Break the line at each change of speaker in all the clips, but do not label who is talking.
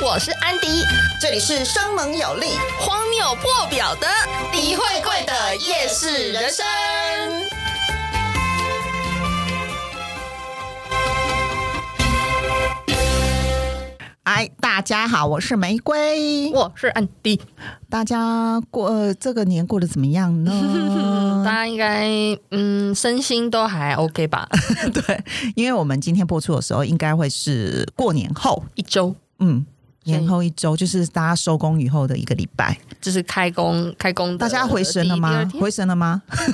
我是安迪，
这里是生猛有力、
荒谬破表的李慧
贵的夜市人生。哎，大家好，我是玫瑰。
我是安迪，
大家过、呃这个年过得怎么样呢？
大家应该嗯身心都还 OK 吧？
对，因为我们今天播出的时候，应该会是过年后，
一周
嗯，
所以
年后一周，就是大家收工以后的一个礼拜。
就是开工开工的
大家回神了
第
吗
一？第二
回神了吗？
天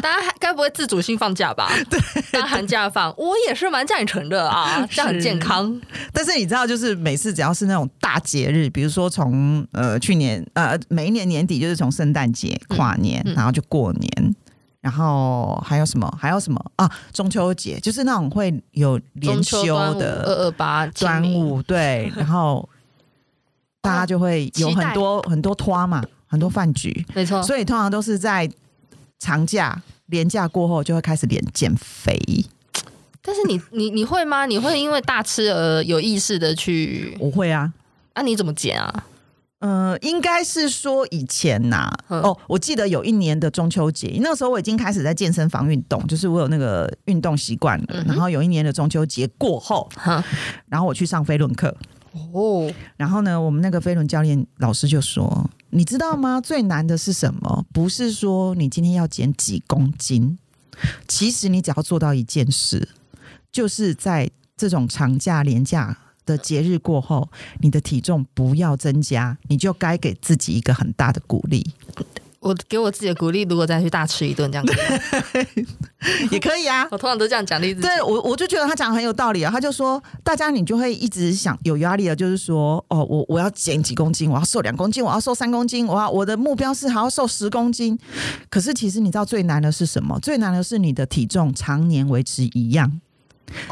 大家还该不会自主性放假 吧？对，大家寒假放，我也是蛮赞成的啊，这样很健康。
但是你知道，就是每次只要是那种大节日，比如说从呃去年呃每一年年底就是从圣诞节、跨年，然后就过年，然后还有什么还有什么啊中秋节，就是那种会有连
中秋
休
二
的
二八
端午呃对，然后大家就会有
期待
很多很多拖嘛，很多饭局，
没错，
所以通常都是在长假。廉假过后就会开始连减肥，
但是你你你会吗？你会因为大吃而有意识的去？
我会啊，
啊，你怎么减啊？
呃，应该是说以前呐、
嗯
哦，我记得有一年的中秋节，那时候我已经开始在健身房运动，就是我有那个运动习惯了。然后有一年的中秋节过后，
哈
然后我去上飞轮课，
哦，
然后呢，我们那个飞轮教练老师就说：“你知道吗？最难的是什么？不是说你今天要减几公斤，其实你只要做到一件事，就是在这种长假、连假的节日过后，你的体重不要增加，你就该给自己一个很大的鼓励，
我给我自己的鼓励，如果再去大吃一顿这样子，
也可以啊。”
我通常都这样奖励自己。
对我，我就觉得他讲得很有道理啊。他就说，大家你就会一直想有压力的，就是说，哦，我我要减几公斤，我要瘦两公斤，我要瘦三公斤，我要我的目标是还要瘦十公斤。可是其实你知道最难的是什么？最难的是你的体重常年维持一样。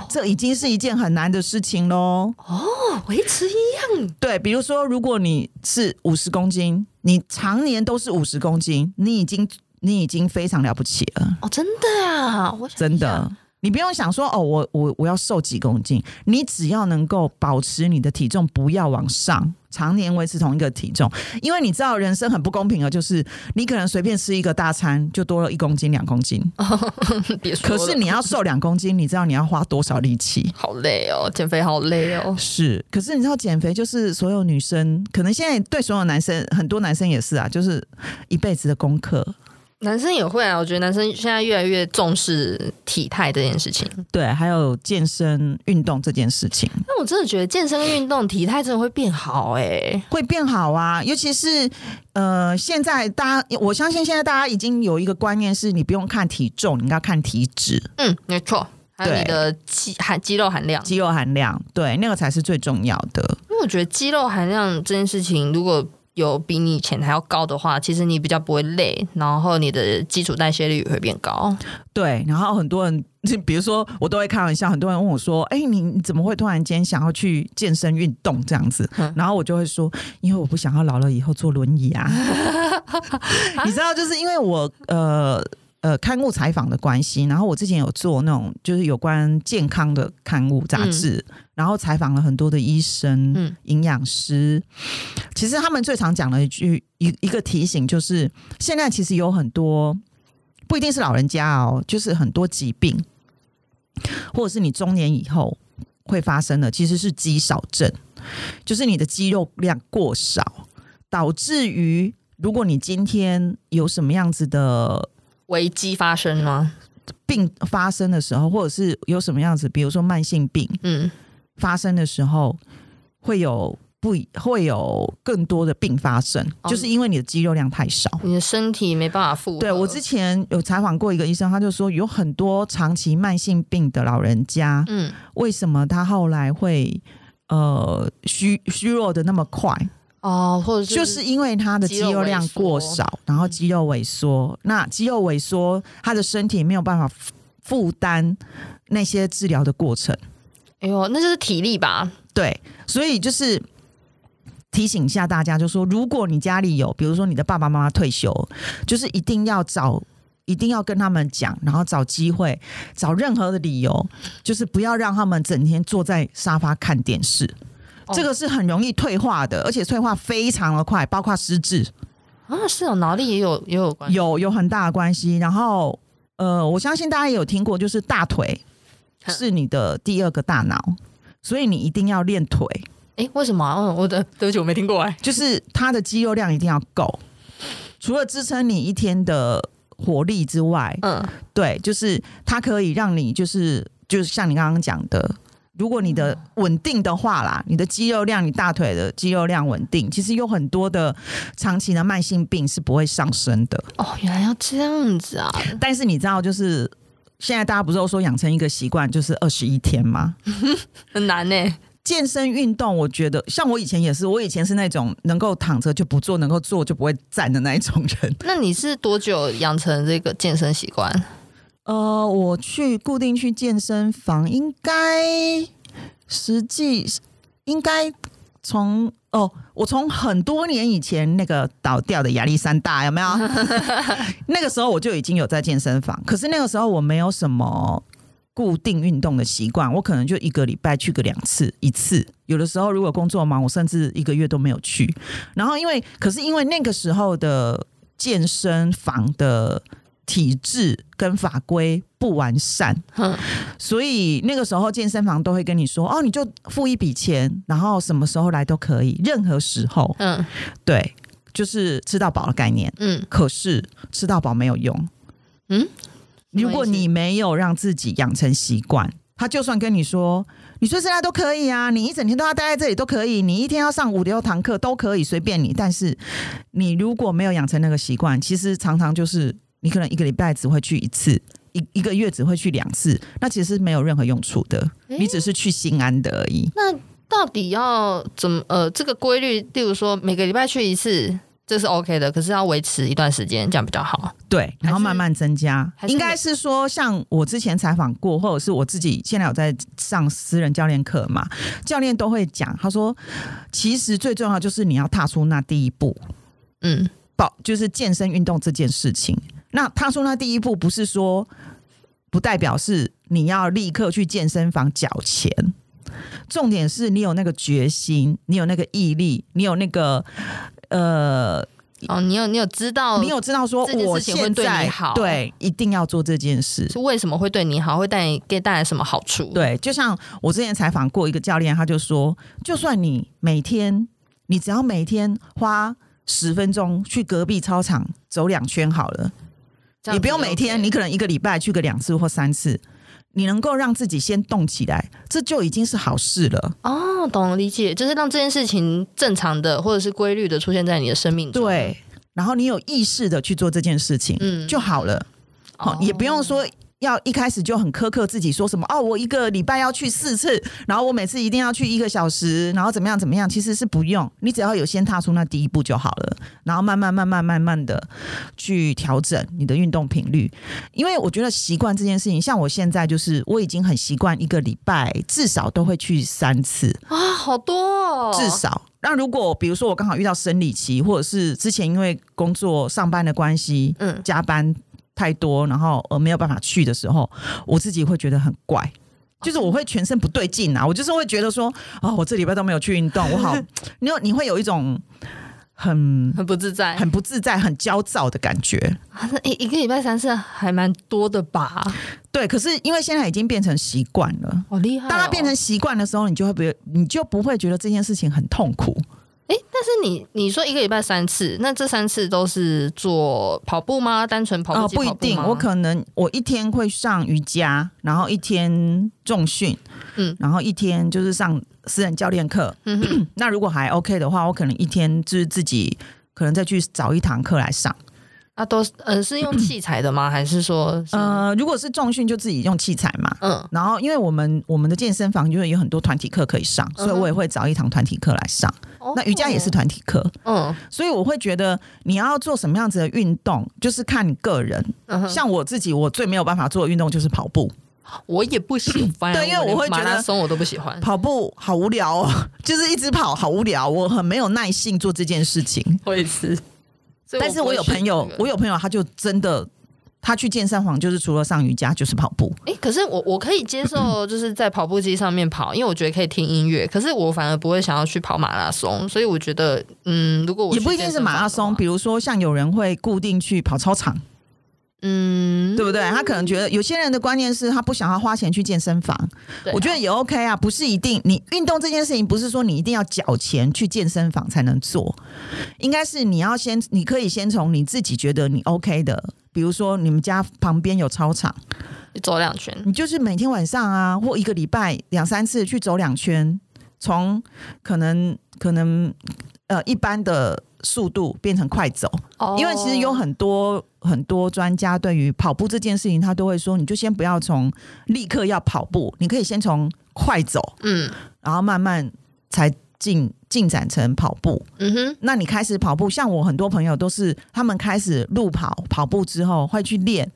这已经是一件很难的事情喽。
哦，维持一样，
对，比如说，如果你是五十公斤，你常年都是五十公斤，你已经你已经非常了不起了。
哦，真的啊，我想
真
一下
的，你不用想说哦，我我我要瘦几公斤，你只要能够保持你的体重不要往上，常年维持同一个体重，因为你知道人生很不公平的，就是你可能随便吃一个大餐就多了一公斤两公 斤，
别说
可
了，
是你要瘦两公斤，你知道你要花多少力气？
好累哦，减肥好累哦，
是，可是你知道减肥就是所有女生，可能现在对所有男生，很多男生也是啊，就是一辈子的功课。
男生也会啊，我觉得男生现在越来越重视体态这件事情。
对，还有健身运动这件事情。
但我真的觉得健身跟运动体态真的会变好哎、
会变好啊，尤其是呃，现在大家，我相信现在大家已经有一个观念，是你不用看体重，你应该看体脂、
嗯，没错。还有
对
你的肌含肌肉含量，
肌肉含量，对，那个才是最重要的。
因为我觉得肌肉含量这件事情，如果有比你以前还要高的话，其实你比较不会累，然后你的基础代谢率也会变高。
对，然后很多人， 就比如说我都会开玩笑，很多人问我说：“哎、你你怎么会突然间想要去健身运动这样子？”
嗯
然后我就会说：“因为我不想要老了以后坐轮椅啊。” 你知道，就是因为我呃呃刊物采访的关系，然后我之前有做那种就是有关健康的刊物杂志，然后采访了很多的医生、
嗯
营养师。其实他们最常讲的一句一一个提醒就是，现在其实有很多不一定是老人家哦，就是很多疾病，或者是你中年以后会发生的，其实是肌少症，就是你的肌肉量过少，导致于如果你今天有什么样子的
危机发生吗？
病发生的时候，或者是有什么样子，比如说慢性病
嗯，
发生的时候，会有不一会有更多的并发症，
哦
就是因为你的肌肉量太少。
你的身体没办法负荷。
对我之前有采访过一个医生，他就说有很多长期慢性病的老人家，
嗯，
为什么他后来会呃虚虚弱的那么快？
哦，或者是
就是因为他的肌肉量过少，然后肌肉萎缩。那肌肉萎缩，他的身体没有办法负负担那些治疗的过程。
哎呦，那就是体力吧？
对，所以就是提醒一下大家，就说如果你家里有，比如说你的爸爸妈妈退休，就是一定要找。一定要跟他们讲，然后找机会，找任何的理由，就是不要让他们整天坐在沙发看电视，
哦
这个是很容易退化的，而且退化非常的快，包括失智
啊，是哦，脑力也有也有关系，
有有很大的关系。然后呃，我相信大家也有听过，就是大腿
哼
是你的第二个大脑，所以你一定要练腿，
哎，为什么啊？嗯，我的对不起，我没听过哎。
就是它的肌肉量一定要够，除了支撑你一天的活力之外，
嗯，
对，就是它可以让你就是就是像你刚刚讲的，如果你的稳定的话啦，你的肌肉量，你大腿的肌肉量稳定，其实有很多的长期的慢性病是不会上升的。
哦，原来要这样子啊。
但是你知道，就是现在大家不是都说养成一个习惯就是二十一天吗？
很难欸呢、
健身运动，我觉得像我以前也是，我以前是那种能够躺着就不做，能够坐就不会站的那一种人。
那你是多久养成这个健身习惯？
呃，我去固定去健身房，应该实际应该从哦，我从很多年以前那个倒掉的亚历山大有没 有？那个时候我就已经有在健身房，可是那个时候我没有什么。固定运动的习惯，我可能就一个礼拜去个两次，一次。有的时候如果工作忙，我甚至一个月都没有去。然后因为，可是因为那个时候的健身房的体制跟法规不完善，
哼，
所以那个时候健身房都会跟你说，哦，你就付一笔钱，然后什么时候来都可以，任何时候，
嗯
对，就是吃到饱的概念。
嗯
可是吃到饱没有用，
嗯，
如果你没有让自己养成习惯，他就算跟你说，你随时来都可以啊，你一整天都要待在这里都可以，你一天要上五六堂课都可以，随便你。但是你如果没有养成那个习惯，其实常常就是你可能一个礼拜只会去一次。一一个月只会去两次，那其实是没有任何用处的，
诶
你只是去心安的而已。
那到底要怎么？呃，这个规律，例如说每个礼拜去一次，这是 OK 的，可是要维持一段时间，这样比较好。
对，然后慢慢增加，
还是
应该是说，像我之前采访过，或者是我自己现在有在上私人教练课嘛，教练都会讲，他说，其实最重要就是你要踏出那第一步，
嗯，
保就是健身运动这件事情。那踏出那第一步，不是说不代表是你要立刻去健身房缴钱，重点是你有那个决心，你有那个毅力，你有那个呃
哦，你有你有知道
你有知道说
这件事
我
情
现
会
在
对你好
对一定要做这件事。
是为什么会对你好，会带你给带来什么好处？，
对，就像我之前采访过一个教练，他就说，就算你每天，你只要每天花十分钟去隔壁操场走两圈好了，
这样子
你不用
就 OK
每天，你可能一个礼拜去个两次或三次，你能够让自己先动起来，这就已经是好事了。
哦，懂了理解，就是让这件事情正常的或者是规律的出现在你的生命中。，
对，然后你有意识的去做这件事情，
嗯
就好了。哦，也不用说要一开始就很苛刻自己，说什么哦，我一个礼拜要去四次，然后我每次一定要去一个小时，然后怎么样怎么样，其实是不用，你只要有先踏出那第一步就好了，然后慢慢慢慢慢慢的去调整你的运动频率，因为我觉得习惯这件事情，像我现在就是我已经很习惯一个礼拜至少都会去三次，
啊，好多哦，
至少。那如果比如说我刚好遇到生理期，或者是之前因为工作上班的关系，
嗯
加班太多，然后呃没有办法去的时候，我自己会觉得很怪。就是我会全身不对劲啊，我就是会觉得说，哦，我这礼拜都没有去运动，我好，你有你会有一种很
很嗯不自在。
很不自在、很焦躁的感觉。
啊那一一个礼拜三次还蛮多的吧？
对，可是因为现在已经变成习惯了，
好厉害哦、
当它变成习惯的时候，你就会不会，你就不会觉得这件事情很痛苦。
哎，但是你你说一个礼拜三次，那这三次都是做跑步吗？单纯跑步
哦，
机
不一
跑步
定，
吗
我可能我一天会上瑜伽，然后一天重训，
嗯
嗯，然后一天就是上私人教练课。
嗯哼
那如果还 OK 的话，我可能一天就是自己可能再去找一堂课来上。
啊，都是呃是用器材的吗？还是说是
呃，如果是重训，就自己用器材嘛。
嗯
然后，因为我们我们的健身房就是有很多团体课可以上，所以我也会找一堂团体课来上。
嗯哦
那瑜伽也是团体课，
嗯
所以我会觉得你要做什么样子的运动，就是看你个人。
嗯哼，
像我自己，我最没有办法做的运动就是跑步。
我也不喜欢，
对因为
连
我会觉
马
得
拉松我都不喜欢，
跑步好无聊哦， 就是一直跑好无聊，我很没有耐性做这件事情。
我也是。所以
但是
不
我
会
有
选
朋友
这，个
我有朋友他就真的。他去健身房就是除了上瑜伽就是跑步，
哎、可是我我可以 接受，就是在跑步机上面跑，因为我觉得可以听音乐。可是我反而不会想要去跑马拉松，所以我觉得，嗯，如果我
也
去
不一定
健
是
身房
马拉
的
松，
话
比如说像有人会固定去跑操场，
嗯，
对不对？他可能觉得有些人的观念是他不想要花钱去健身房，
对啊
我觉得也 OK 啊，不是一定你运动这件事情不是说你一定要缴钱去健身房才能做，应该是你要先，你可以先从你自己觉得你 OK 的。比如说，你们家旁边有操场，
走两圈，
你就是每天晚上啊，或一个礼拜两三次去走两圈，从可能可能呃一般的速度变成快走，
哦
因为其实有很多很多专家对于跑步这件事情，他都会说，你就先不要从立刻要跑步，你可以先从快走，
嗯
然后慢慢才进进展成跑步。
嗯哼，
那你开始跑步，像我很多朋友都是他们开始路跑跑步之后会去练，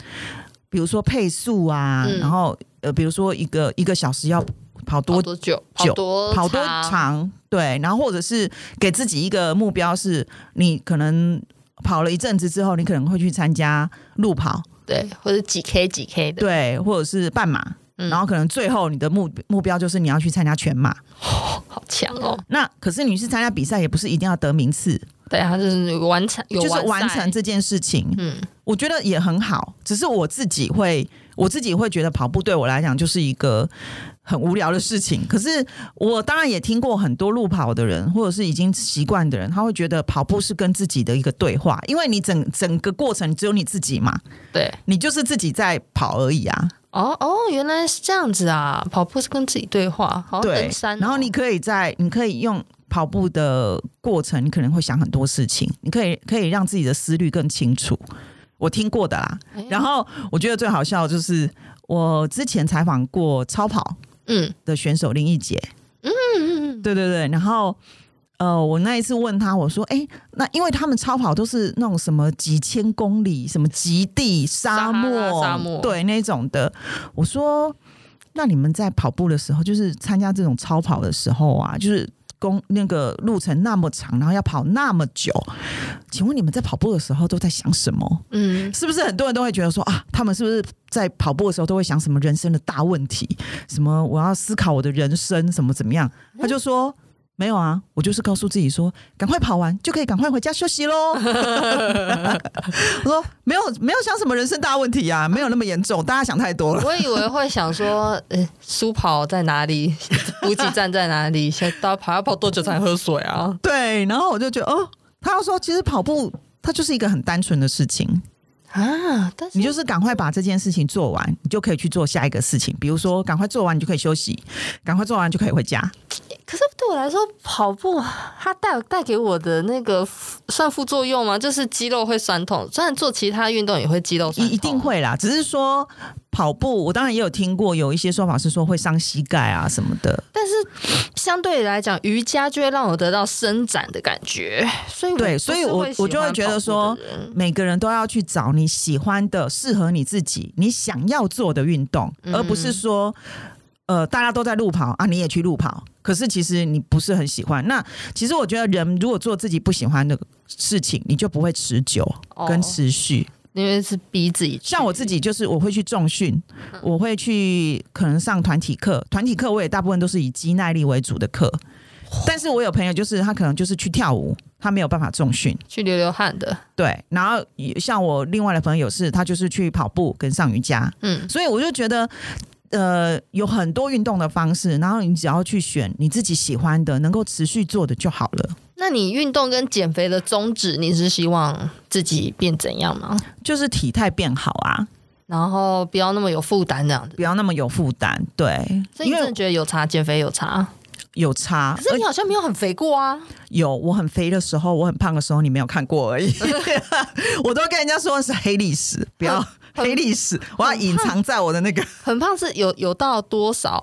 比如说配速啊，
嗯
然后呃，比如说一个一个小时要跑多
跑多久？
久
多
跑多
长？
长，对，然后或者是给自己一个目标是，你可能跑了一阵子之后，你可能会去参加路跑，
对，或者几 K 几 K 的，
对，或者是半马，
嗯
然后可能最后你的目目标就是你要去参加全马。
好强哦！
那可是你去参加比赛也不是一定要得名次，
对，他就是有完成，有
就是
完
完
赛
成这件事情，
嗯
我觉得也很好。只是我自己会，我自己会觉得跑步对我来讲就是一个很无聊的事情。可是我当然也听过很多路跑的人，或者是已经习惯的人，他会觉得跑步是跟自己的一个对话，因为你整整个过程只有你自己嘛，
对。
你就是自己在跑而已啊。
哦哦，原来是这样子啊！跑步是跟自己对话，好像
对
登山哦、
然后你可以在，你可以用跑步的过程，你可能会想很多事情，你可以可以让自己的思虑更清楚。我听过的啦，
哎
然后我觉得最好笑的就是我之前采访过超跑
嗯
的选手林奕杰，嗯，对对对，然后。呃，我那一次问他，我说：“哎、那因为他们超跑都是那种什么几千公里、什么极地沙
撒哈
漠、
拉沙漠
对那种的。”我说：“那你们在跑步的时候，就是参加这种超跑的时候啊，就是公那个路程那么长，然后要跑那么久，请问你们在跑步的时候都在想什么？”
嗯，
是不是很多人都会觉得说啊，他们是不是在跑步的时候都会想什么人生的大问题，什么我要思考我的人生，什么怎么样？嗯他就说。没有啊，我就是告诉自己说，赶快跑完就可以赶快回家休息 喽。我说没有没有想什么人生大问题啊，没有那么严重，大家想太多 了。
我以为会想说，呃，苏跑在哪里， 补给站在哪里，现在到跑要跑多久才能喝水啊？
对，然后我就觉得哦，他要说其实跑步它就是一个很单纯的事情，
啊，但是
你就是赶快把这件事情做完，你就可以去做下一个事情。比如说，赶快做完你就可以休息，赶快做完就可以回家。
可是对我来说，跑步它带带给我的那个副算副作用吗？就是肌肉会酸痛，虽然做其他运动也会肌肉酸
一
痛，
一定会啦，只是说跑步，我当然也有听过有一些说法是说会伤膝盖啊什么的。
但是相对来讲，瑜伽就会让我得到伸展的感觉，所以我
对
不是
所以我
会喜
我
欢
就会觉得说
跑步的人，
每个人都要去找你喜欢的、适合你自己、你想要做的运动，
嗯
而不是说。呃，大家都在路跑啊，你也去路跑，可是其实你不是很喜欢。那其实我觉得，人如果做自己不喜欢的事情，你就不会持久
哦
跟持续。
因为是逼自己去，
像我自己就是我会去重训，
嗯
我会去可能上团体课，团体课我也大部分都是以肌耐力为主的课。但是我有朋友就是他可能就是去跳舞，他没有办法重训，
去流流汗的，
对。然后像我另外的朋友是他就是去跑步跟上瑜伽，
嗯，
所以我就觉得。呃，有很多运动的方式，然后你只要去选你自己喜欢的，能够持续做的就好了。
那你运动跟减肥的宗旨，你是希望自己变怎样吗？
就是体态变好啊，
然后不要那么有负担这样子，
不要那么有负担。对，
所以
因
你真的
为
觉得有差，减肥有差，
有差，
可是你好像没有很肥过啊，
有，我很肥的时候，我很胖的时候，你没有看过 而已。 我都跟人家说是黑历史，不要
很
黑历史，我要隐藏在我的那个
很胖是有有到多少？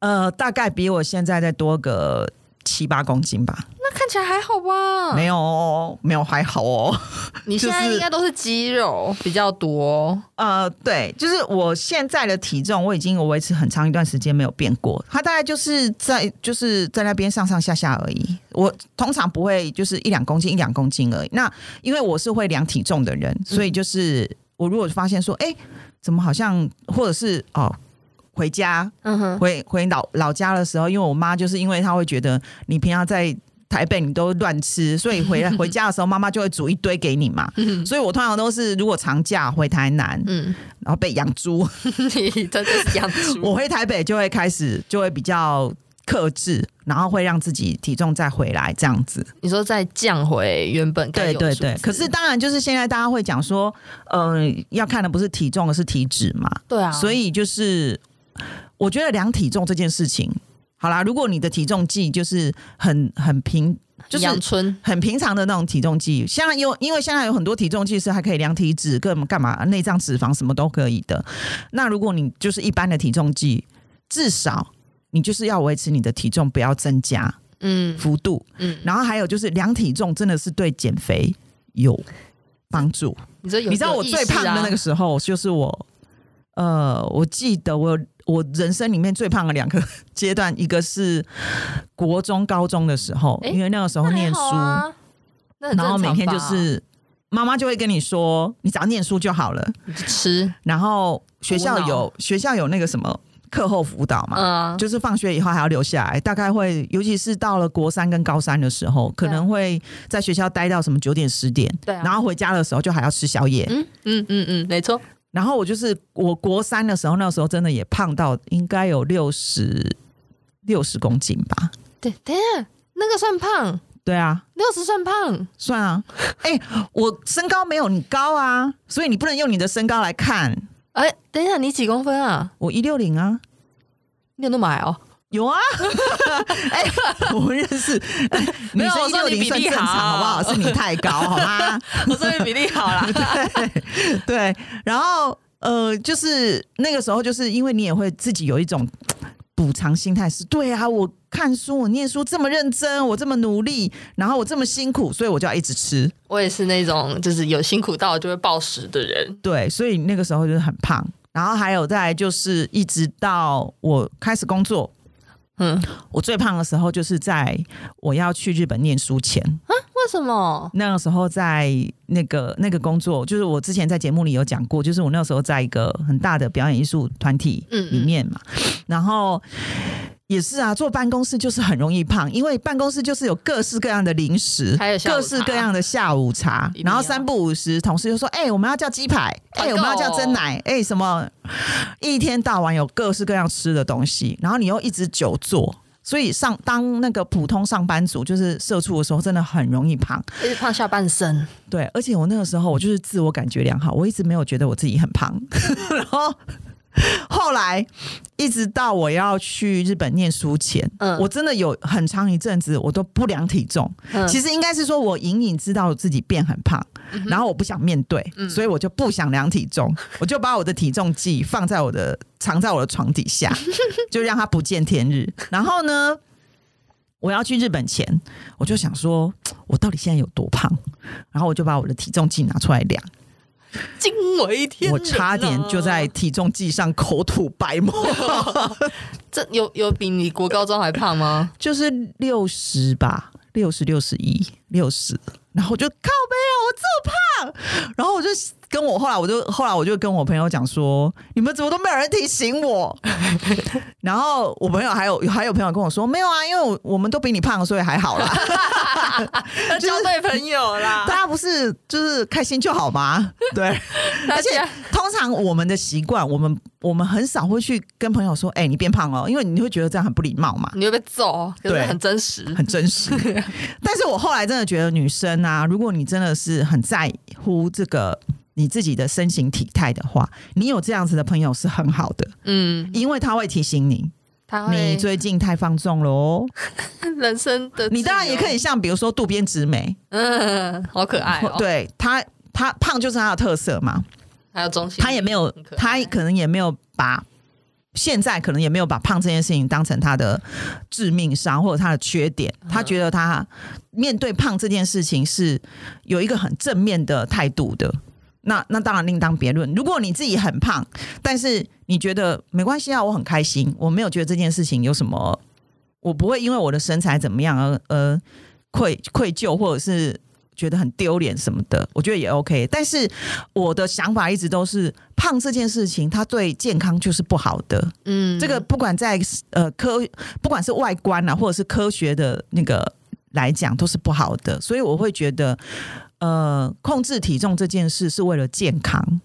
呃，大概比我现在再多个七八公斤吧。
那看起来还好吧？
没有哦，没有还好哦。
你现在
就是
应该都是肌肉比较多，
呃，对，就是我现在的体重，我已经有维持很长一段时间没有变过，它大概就是在就是在那边上上下下而已。我通常不会就是一两公斤一两公斤而已。那因为我是会量体重的人，所以就是。我如果发现说，哎、怎么好像，或者是哦，回家
嗯哼，
回回老老家的时候，因为我妈就是因为她会觉得你平常在。台北你都乱吃，所以回 来回家的时候，妈妈就会煮一堆给你嘛。所以我通常都是如果长假回台南，
嗯，
然后被养猪，
你真的是养 猪，
我回台北就会开始就会比较克制，然后会让自己体重再回来这样子。
你说再降回原本该
对
有
对
数
对，
字
可是当然就是现在大家会讲说，呃，要看的不是体重，而是体脂嘛。
对啊，
所以就是我觉得量体重这件事情，好啦，如果你的体重计就是很很平，就是
阳春
很平常的那种体重计，现在有因为现在有很多体重计是还可以量体脂，干嘛干嘛内脏脂肪什么都可以的。那如果你就是一般的体重计，至少你就是要维持你的体重不要增加
嗯
幅度，
嗯，
然后还有就是量体重真的是对减肥有帮助。
你说有啊
你知道我最胖的那个时候，就是我，呃，我记得我我人生里面最胖的两个阶段，一个是国中、高中的时候，
诶
因为那个时候
有意
念
识
书，
啊，那很
然后
正常吧
每天就是妈妈就会跟你说，你只要念书就好了。
你就吃，
然后学
无
校
脑
有学校有那个什么课后辅导嘛，
嗯，
就是放学以后还要留下来，大概会，尤其是到了国三跟高三的时候，可
对啊
能会在学校待到什么九点十点，
对啊，
然后回家的时候就还要吃宵夜。
嗯嗯嗯嗯，没错，
然后我就是我国三的时候，那时候真的也胖到应该有六十六十公斤吧？
对，等一下那个算胖，
对啊，
六十算胖，
算啊。哎、我身高没有你高啊，所以你不能用你的身高来看。
哎，等一下你几公分啊？
我一六零啊，
你有那么矮哦？
有啊。哎、我们认识，哎
没
女
有
生
我
一六
说你
零
比
算
例
正常，
好
好不好？是你太高，好吗？
我说你比例好啦，
对，然后呃，就是那个时候，就是因为你也会自己有一种补偿心态，是对啊，我看书，我念书这么认真，我这么努力，然后我这么辛苦，所以我就要一直吃。
我也是那种就是有辛苦到就会暴食的人，
对，所以那个时候就是很胖。然后还有再来就是，一直到我开始工作，
嗯，
我最胖的时候就是在我要去日本念书前，
为什么？
那个时候在那个那个工作，就是我之前在节目里有讲过，就是我那时候在一个很大的表演艺术团体
嗯嗯
里面嘛，然后也是啊，坐办公室就是很容易胖，因为办公室就是有各式各样的零食，
还有下午茶
各式各样的下午茶
一定，要
然后三不五时，同事就说：“哎、我们要叫鸡排，哎、
团购
我们要叫蒸奶，哎、什么？”一天到晚有各式各样吃的东西，然后你又一直久坐。所以上当那个普通上班族就是社畜的时候，真的很容易胖。
一直胖下半身，
对，而且我那个时候我就是自我感觉良好，我一直没有觉得我自己很胖， 然后后来一直到我要去日本念书前，
嗯
我真的有很长一阵子我都不量体重，
嗯
其实应该是说我隐隐知道自己变很胖，然后我不想面对，
嗯
所以我就不想量体重，我就把我的体重计放在我的藏在我的床底 下，就让它不见天日。然后呢，我要去日本前，我就想说我到底现在有多胖，然后我就把我的体重计拿出来量，
惊为天
我
人啊
差点就在体重计上口吐白沫，
这有有比你国高中还胖吗？
就是六十吧，六十六十一六十，然后我就靠背啊，我这么胖，然后我就跟我后来我就后来我就跟我朋友讲说，你们怎么都没有人提醒我？ 然后我朋友还有还有朋友跟我说，没有啊，因为我我们都比你胖，所以还好啦。
要交对朋友啦
大，家不是就是开心就好吗？ 对，
大
而且
家
通常我们的习惯，我们我们很少会去跟朋友说，哎、你变胖了，因为你会觉得这样很不礼貌嘛。
你会被揍，哦可是
对
很真实。
很真实，但是我后来真的觉得女生啊，如果你真的是很在乎这个你自己的身形体态的话，你有这样子的朋友是很好的，
嗯，
因为他会提醒你，
他
你
会
最近太放纵了哦。
人生的自由，
你当然也可以像比如说渡边直美，
嗯，好可爱哦。，
对她她胖就是她的特色嘛，
还有中心，
他也没有
很可，
他
爱
可能也没有把现在可能也没有把胖这件事情当成他的致命伤或者他的缺点。他觉得他面对胖这件事情是有一个很正面的态度的。那那当然另当别论。如果你自己很胖，但是你觉得没关系啊，我很开心，我没有觉得这件事情有什么，我不会因为我的身材怎么样而而愧愧疚或者是觉得很丢脸什么的，我觉得也 OK。但是我的想法一直都是，胖这件事情它对健康就是不好的。
嗯，
这个不管在呃科，不管是外观啊，或者是科学的那个来讲，都是不好的。所以我会觉得，呃，控制体重这件事是为了健康。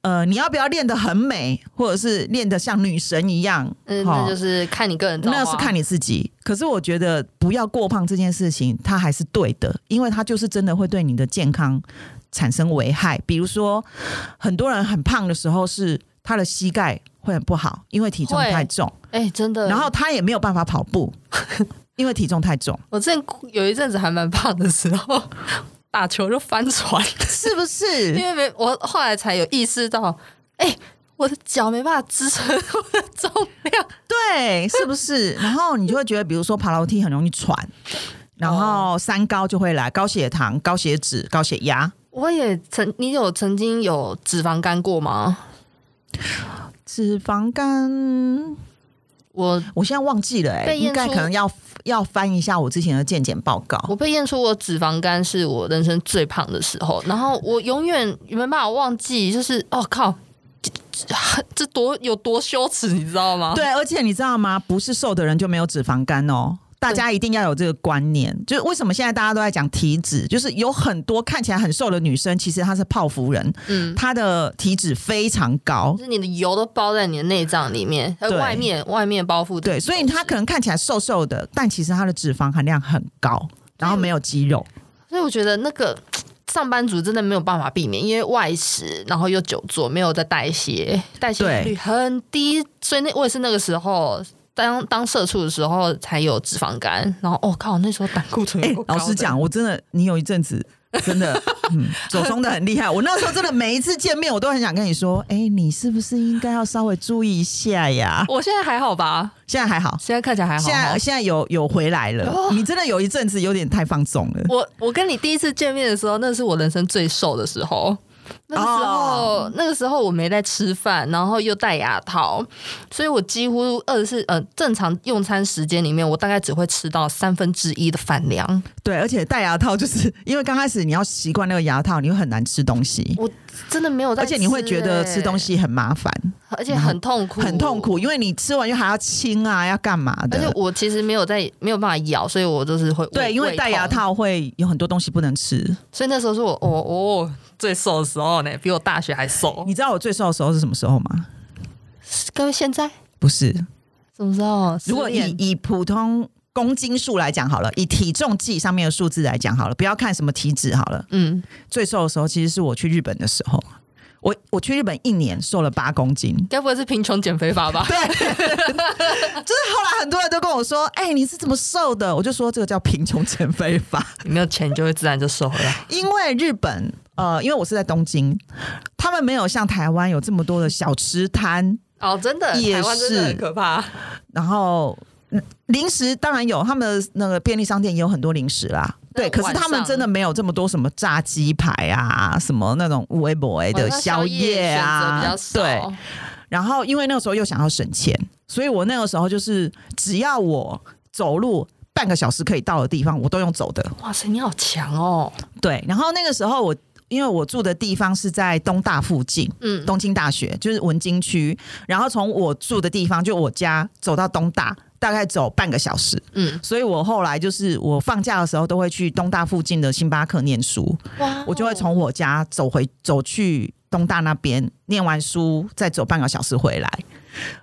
呃，你要不要练得很美，或者是练得像女神一样？
嗯，
齁
那就是啊看你个人造化，
那是看你自己。可是我觉得不要过胖这件事情，它还是对的，因为它就是真的会对你的健康产生危害。比如说，很多人很胖的时候是他的膝盖会很不好，因为体重
会
太重，
哎、真的。
然后他也没有办法跑 步，因为体重太重，
我之前有一阵子还蛮胖的时候， 打球就翻船，
是不是？
因为没我后来才有意识到，哎、我的脚没办法支撑我的重量，
对，是不是？然后你就会觉得，比如说爬楼梯很容易喘，
哦
然后三高就会来，高血糖、高血脂、高血压。
我也曾，你有曾经有脂肪肝过吗？
脂肪肝，
我
我现在忘记了、哎，
被验
应该
出
可能要要翻一下我之前的健检报告。
我被验出我脂肪肝是我人生最胖的时候，然后我永远没办法忘记，就是哦靠，这这这多有多羞耻，你知道吗？
对，而且你知道吗？不是瘦的人就没有脂肪肝哦。大家一定要有这个观念，就是为什么现在大家都在讲体脂，就是有很多看起来很瘦的女生，其实她是泡芙人，
嗯，
她的体脂非常高
就，是你的油都包在你的内脏里面，呃
对
外面外面包覆的
对，所以她可能看起来瘦瘦的，但其实她的脂肪含量很高，然后没有肌肉。
所以我觉得那个上班族真的没有办法避免，因为外食，然后又久坐，没有在代谢，代谢率很低，所以那我也是那个时候。当当社畜的时候才有脂肪肝，然后哦靠，那时候胆固醇
哎、
也够高
老
的
实讲，我真的，你有一阵子真 的，嗯， 走松的很厉害。我那时候真的每一次见面，我都很想跟你说， 哎、你是不是应该要稍微注意一下呀？
我现在还好吧？
现在还好，
现在看起来还好
现
哈。
在现在有有回来了。你真的有一阵子有点太放纵了。
我我跟你第一次见面的时候，那是我人生最瘦的时候。那个时候
哦
那个时候我没在吃饭，然后又戴牙套，所以我几乎二十四呃正常用餐时间里面，我大概只会吃到三分之一的饭量。
对，而且戴牙套就是因为刚开始你要习惯那个牙套，你会很难吃东西。
我真的没有在、
而且你会觉得吃东，西很麻烦，
而且很痛苦，
欸很痛。苦，因为你吃完又还要清啊，要干嘛
而且
的？
我其实没有在没有办法咬，所以我就是会
对，
胃
因为戴牙，
胃
套会有很多东西不能吃。
痛所以那时候是我我我、最瘦的时候呢，比我大学 还瘦。
你知道我最瘦的时候是什么时候吗？
各位现在
不是，
怎么知道？
如果
失
以
恋
以普通公斤数来讲好了，以体重计上面的数字来讲好了，不要看什么体脂好了。
嗯，
最瘦的时候其实是我去日本的时候，我我去日本一年瘦了八公斤。
该不会是贫穷减肥法吧？
对，啊
啊
就是后来很多人都跟我说：“哎、你是怎么瘦的？”我就说这个叫贫穷减肥法，
你没有钱，你就会自然就瘦了。
因为日本呃，因为我是在东京，他们没有像台湾有这么多的小吃摊，
哦，真的，
也
台湾真的
是
很可怕。哦
然后嗯零食当然有，他们的那个便利商店也有很多零食啦。
那
对，可是他们真的没有这么多什么炸鸡排啊，什么那种微博的
晚上
哎宵夜
选择比
啊
较，少
对。然后因为那个时候又想要省钱，所以我那个时候就是只要我走路半个小时可以到的地方，我都用走的。
哇塞，你好强哦！
对，然后那个时候我因为我住的地方是在东大附近，
嗯，
东京大学就是文京区，然后从我住的地方就我家走到东大。大概走半个小时，
嗯，
所以我后来就是我放假的时候都会去东大附近的星巴克念书，
哇
我就会从我家走回走去东大那边念完书，再走半个小时回来。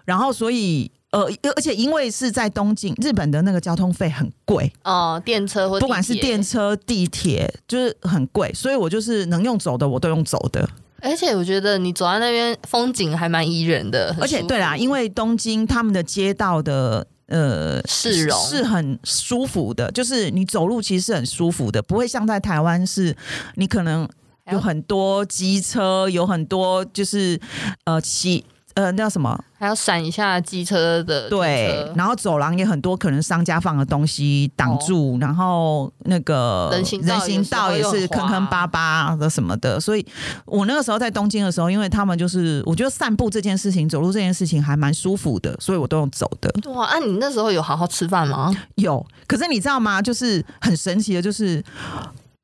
然后所以呃，而且因为是在东京，日本的那个交通费很贵，
哦电车或地铁
不管是电，车、地铁，就是很贵，所以我就是能用走的我都用走的。
而且我觉得你走在那边风景还蛮宜人的，很
而且
舒服
对啦，因为东京他们的街道的呃
市容
是很舒服的，就是你走路其实是很舒服的，不会像在台湾是你可能
还要
有很多机车，有很多就是呃骑。呃，那叫什么？
还要闪一下机车的
对
电，车
然后走廊也很多，可能商家放的东西挡住，然后那个
哦人行道
人行道也
有时候
是
又
坑
滑
坑巴巴的什么的，所以我那个时候在东京的时候，因为他们就是我觉得散步这件事情、走路这件事情还蛮舒服的，所以我都用走的。
哇，啊，你那时候有好好吃饭吗？
有，可是你知道吗？就是很神奇的，就是。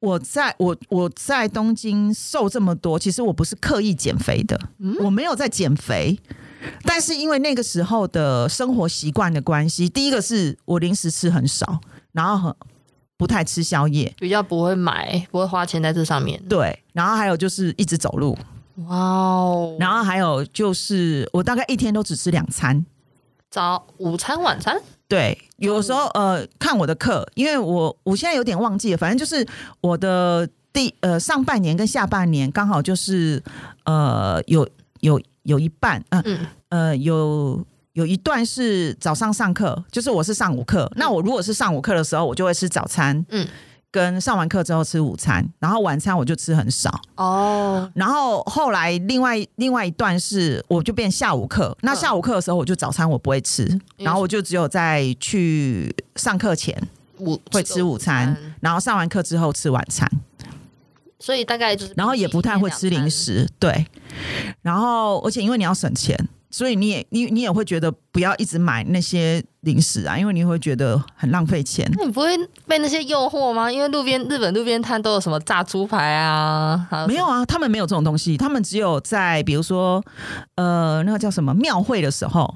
我在我我在东京瘦这么多，其实我不是刻意减肥的，我没有在减肥。但是因为那个时候的生活习惯的关系，第一个是我零食吃很少，然后很不太吃宵夜，
比较不会买，不会花钱在这上面。
对，然后还有就是一直走路，
哇哦，
然后还有就是我大概一天都只吃两餐，
早午餐晚餐，
对，有时候呃，看我的课，因为我我现在有点忘记了，反正就是我的第呃上半年跟下半年刚好就是呃有有有一半，嗯、
嗯
呃有有一段是早上上课，就是我是上午课，那我如果是上午课的时候，我就会吃早餐，
嗯，
跟上完课之后吃午餐，然后晚餐我就吃很少，
哦，
然后后来另外另外一段是，我就变下午课。那下午课的时候，我就早餐我不会吃，然后我就只有在去上课前
午
会吃午餐，，然后上完课之后吃晚餐，
所以大概就是，
然后也不太会吃零。食。对，然后而且因为你要省钱，所以你也你你也会觉得不要一直买那些零食啊，因为你会觉得很浪费钱。
那你不会被那些诱惑吗？因为路边日本路边摊都有什么炸猪排啊，还有
没有啊，他们没有这种东西，他们只有在比如说，呃，那个叫什么庙会的时候，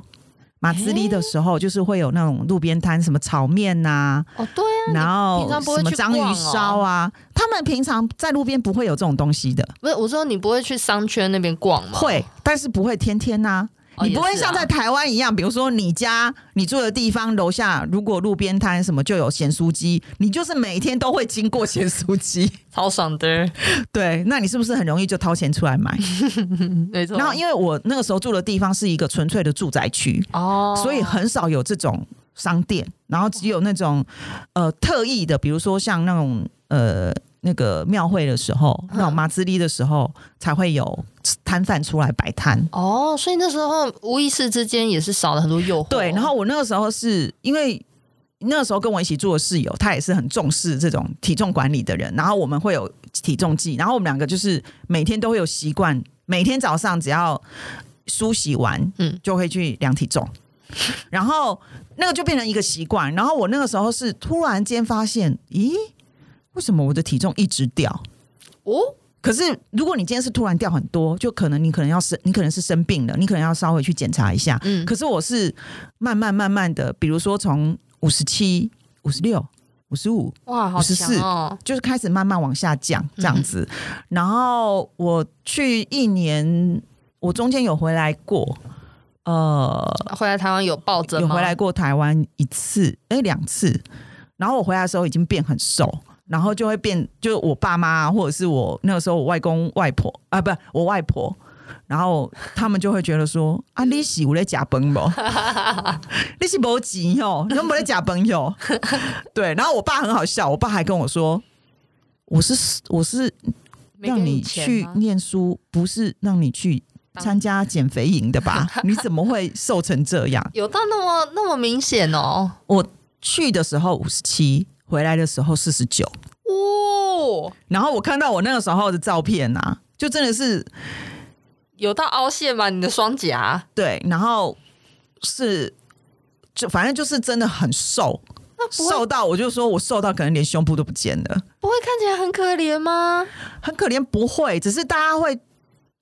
马兹利的时候，就是会有那种路边摊，什么炒面呐、
哦，对啊，
然后
平常不会
什么
去
章
逛
鱼
哦
烧啊，他们平常在路边不会有这种东西的，
不是我说你不会去商圈那边逛吗？
会，但是不会天天呐、
哦，
你不会
也是啊
像在台湾一样，比如说你家你住的地方楼下，如果路边摊什么就有咸酥鸡，你就是每天都会经过咸酥鸡，
超爽的，
对，那你是不是很容易就掏钱出来买？
没错。
嗯然后因为我那个时候住的地方是一个纯粹的住宅区，
哦，
所以很少有这种商店，然后只有那种呃特意的，比如说像那种呃那个庙会的时候，那种马兹利的时候才会有摊贩出来摆摊。
哦，所以那时候无意识之间也是少了很多诱惑。
对，然后我那个时候是因为。那个时候跟我一起住的室友，他也是很重视这种体重管理的人。然后我们会有体重计，然后我们两个就是每天都会有习惯，每天早上只要梳洗完，
嗯
嗯，就会去量体重。然后那个就变成一个习惯。然后我那个时候是突然间发现，咦，为什么我的体重一直掉？
哦，
可是如果你今天是突然掉很多，就可能你可能要生，你可能是生病了，你可能要稍微去检查一下。
嗯
可是我是慢慢慢慢的，比如说从五十七、五十六、五十五，
哇，好强哦！
就是开始慢慢往下降这样子。然后我去一年，我中间有回来过，呃，
回来台湾有暴增
有
吗？
回来过台湾一次，哎、两次。然后我回来的时候已经变很瘦，然后就会变，就是我爸妈或者是我那个时候我外公外婆啊，不，我外婆，然后他们就会觉得说 啊，你是有在假崩 不？你是没钱哟，你没在假崩哟。对，然后我爸很好笑，我爸还跟我说，我是我是
没给
让你
钱
去
吗
念书，不是让你去
当
参加减肥营的 吧？你怎么会瘦成这样？
有到那么那么明显哦？
我去的时候五十七，回来的时候四十九。
哦，
然后我看到我那个时候的照片啊，就真的是
有到凹陷吗？你的双颊？
对，然后是就反正就是真的很瘦，
不会
瘦到我就说我瘦到可能连胸部都不见了，
不会看起来很可怜吗？
很可怜。不会，只是大家会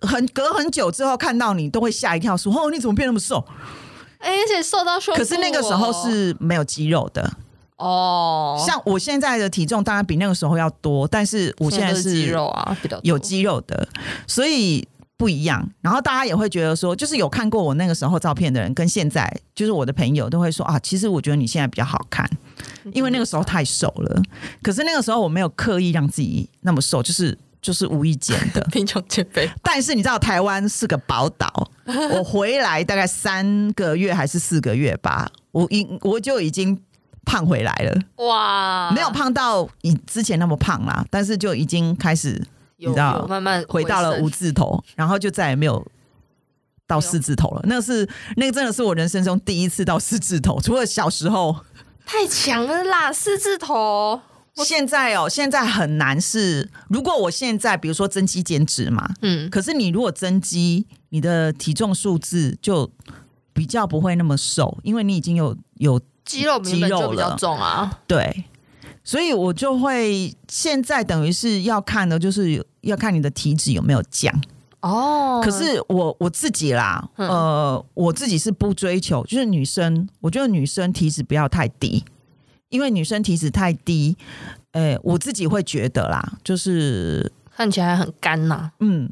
很隔很久之后看到你都会吓一跳说哦你怎么变那么瘦？
哎而且瘦到胸部
可
哦、
是那个时候是没有肌肉的，
哦，
像我现在的体重当然比那个时候要多，但是我现在
都
是
是肌肉啊，比较多。
有肌肉的，所以不一样。然后大家也会觉得说，就是有看过我那个时候照片的人，跟现在就是我的朋友都会说啊，其实我觉得你现在比较好看，因为那个时候太瘦了。可是那个时候我没有刻意让自己那么瘦，就是就是无意间的
贫穷减肥
但是你知道台湾是个宝岛，我回来大概三个月还是四个月吧，我已我就已经胖回来了，
哇，
没有胖到以之前那么胖啦，但是就已经开始
有，
你知道
有慢慢
回到了
升
五字头，然后就再也没有到四字头了。那是那个真的是我人生中第一次到四字头， 除了小时候，
太强了啦，四字头
现在哦，现在很难是。如果我现在比如说增肌减脂嘛，
嗯，
可是你如果增肌，你的体重数字就比较不会那么瘦，因为你已经有有
肌肉明
肌
本
肉
就比较
了
重啊，
对。所以我就会现在等于是要看的，就是要看你的体脂有没有降。
哦，
可是我我自己啦，
嗯
呃，我自己是不追求，就是女生，我觉得女生体脂不要太低，因为女生体脂太低，呃、我自己会觉得啦，就是
看起来很干呐、
嗯，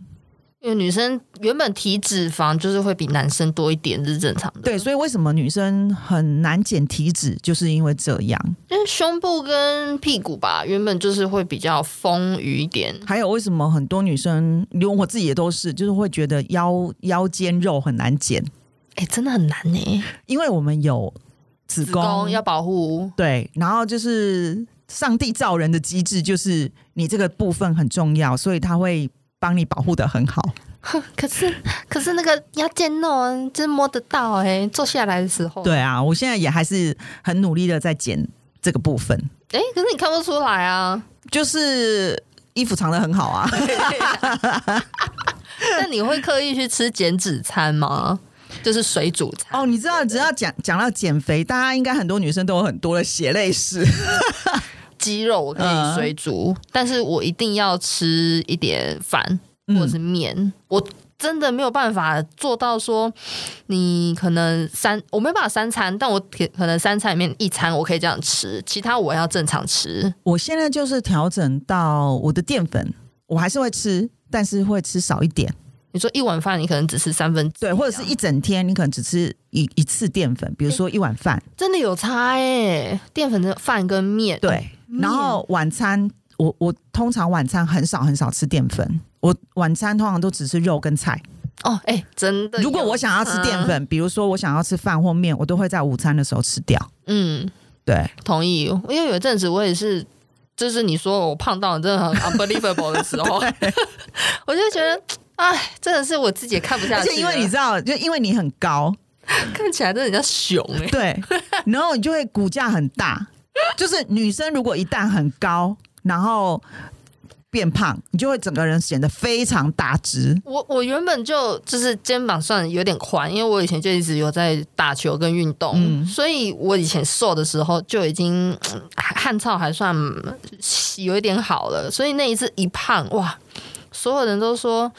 因为女生原本体脂肪就是会比男生多一点是正常的，
对，所以为什么女生很难减体脂，就是因为这样。
因为胸部跟屁股吧，原本就是会比较丰腴一点，
还有为什么很多女生，连我自己也都是，就是会觉得腰腰间肉很难减，
哎、真的很难呢、
因为我们有子
子
宫
宫要保护，
对，然后就是上帝造人的机制，就是你这个部分很重要，所以他会帮你保护的很好。
可是可是那个要见肉啊，真摸得到哎、坐下来的时候，
对啊，我现在也还是很努力的在减这个部分，
哎、可是你看不出来 啊，
就是衣服藏的很好啊。
那你会刻意去吃减脂餐吗？就是水煮餐，
哦，你知道，只要讲讲到减肥，大家应该很多女生都有很多的血泪史。
鸡肉我可以水煮，
嗯
但是我一定要吃一点饭
嗯
或者是面。我真的没有办法做到说，你可能三我没办法三餐，但我可可能三餐里面一餐我可以这样吃，其他我要正常吃。
我现在就是调整到我的淀粉，我还是会吃，但是会吃少一点。
你说一碗饭你可能只吃三分之，
对，或者是一整天你可能只吃一一次淀粉，比如说一碗饭。
真的有差哎、淀粉的饭跟面，
对，
嗯面
然后晚餐我我通常晚餐很少很少吃淀粉，我晚餐通常都只吃肉跟菜。
哦，哎、真的有差。
如果我想要吃淀粉，比如说我想要吃饭或面，我都会在午餐的时候吃掉。
嗯，
对，
同意，因为有一阵子我也是，就是你说我胖到真的很 unbelievable 的时 候， 我就觉得，哎，真的是我自己也看不下
而
去了。啊
且因为你知道，就因为你很高，
看起来真的很像熊哎、
对，然后你就会骨架很大。就是女生如果一旦很高，然后变胖，你就会整个人显得非常大只。
我我原本就就是肩膀算有点宽，因为我以前就一直有在打球跟运动，
嗯
所以我以前瘦的时候就已经嗯汗臭还算嗯有一点好了，所以那一次一胖哇，所有人都说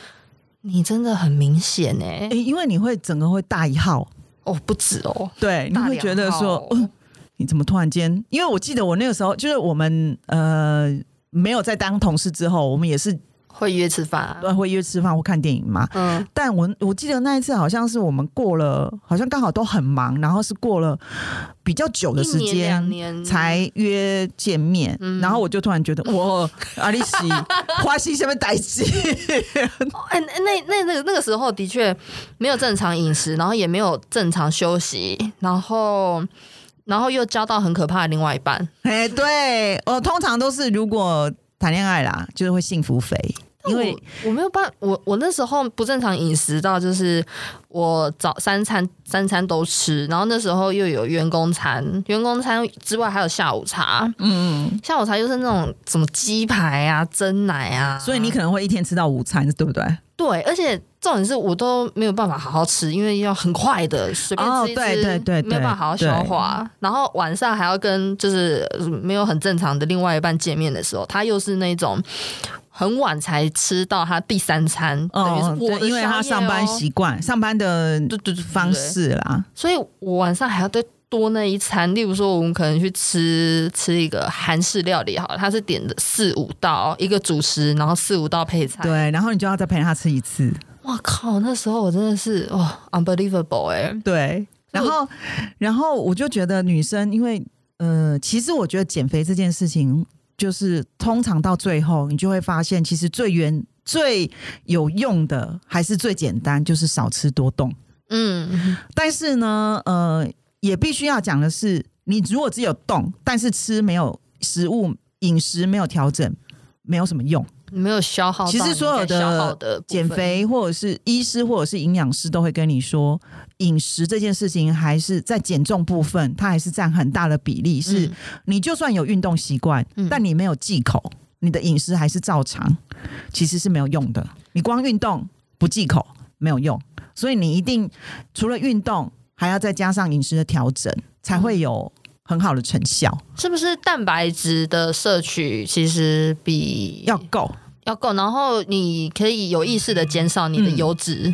你真的很明显哎、
诶因为你会整个会大一号，
哦不止哦，
对，你
大
会
两
觉得说
号，
嗯你怎么突然间？因为我记得我那个时候，就是我们呃没有在当同事之后，我们也是
会约吃饭、啊，
呃会约吃饭或看电影嘛。
嗯，
但我我记得那一次好像是我们过了，好像刚好都很忙，然后是过了比较久的时
一年两
间
年
才约见面，
嗯
然后我就突然觉得，我阿丽西花西下面待机，
哎、那那那那个那个时候的确没有正常饮食，然后也没有正常休息，然后然后又交到很可怕的另外一半。
哎，对我通常都是如果谈恋爱啦，就是会幸福肥，因为
我我没有办我我那时候不正常饮食到就是我早三餐三餐都吃，然后那时候又有员工餐，员工餐之外还有下午茶，
嗯。
下午茶又是那种什么鸡排啊、蒸奶啊，
所以你可能会一天吃到午餐，对不对？
对，而且重点是我都没有办法好好吃，因为要很快的随便
哦
吃一吃，
对对对对
没有办法好好消化。然后晚上还要跟就是呃没有很正常的另外一半见面的时候，他又是那种很晚才吃到他第三餐，等于是我的、
哦
哦
对，因为他上班，习惯、上班的
对对对
方，式啦，
所以我晚上还要再多那一餐，例如说，我们可能去吃吃一个韩式料理好了，他是点的四五道一个主食，然后四五道配菜，
对，然后你就要再陪他吃一次，
哇靠！那时候我真的是哇，unbelievable 哎、
对。然后，然后我就觉得女生，因为呃，其实我觉得减肥这件事情，就是通常到最后，你就会发现，其实最原最有用的还是最简单，就是少吃多动。
嗯，
但是呢，呃，也必须要讲的是，你如果只有动，但是吃没有食物饮食没有调整，没有什么用。
没有消耗到
其
你该消耗部分。
实所有
的
减肥或者是医师或者是营养师都会跟你说，饮食这件事情还是在减重部分，它还是占很大的比例。是、
嗯
你就算有运动习惯，
嗯
但你没有忌口，你的饮食还是照常，其实是没有用的。你光运动不忌口没有用，所以你一定除了运动，还要再加上饮食的调整，才会有很好的成效，
是不是蛋白质的摄取其实比
要够。
要够，然后你可以有意识的减少你的油脂，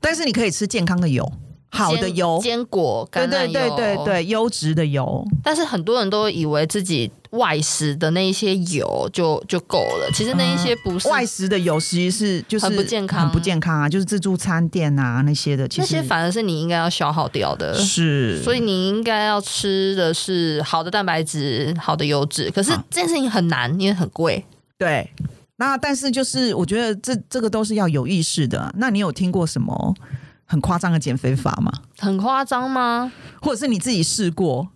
但是你可以吃健康的油，好的
坚
油，
坚果、橄
对
榄
对
油，
对对。对，优质的油。
但是很多人都以为自己外食的那一些油就就够了，其实那一些不是，
嗯外食的油其实是就是
很不健康
很不健康啊，就是自助餐店啊那些的，其
那
实
些反而是你应该要消耗掉的。
是，
所以你应该要吃的是好的蛋白质、好的油脂，可是
好
这件事情很难，因为很贵。
对。那但是就是我觉得这这个都是要有意识的。那你有听过什么很夸张的减肥法吗？
很夸张吗？
或者是你自己试过？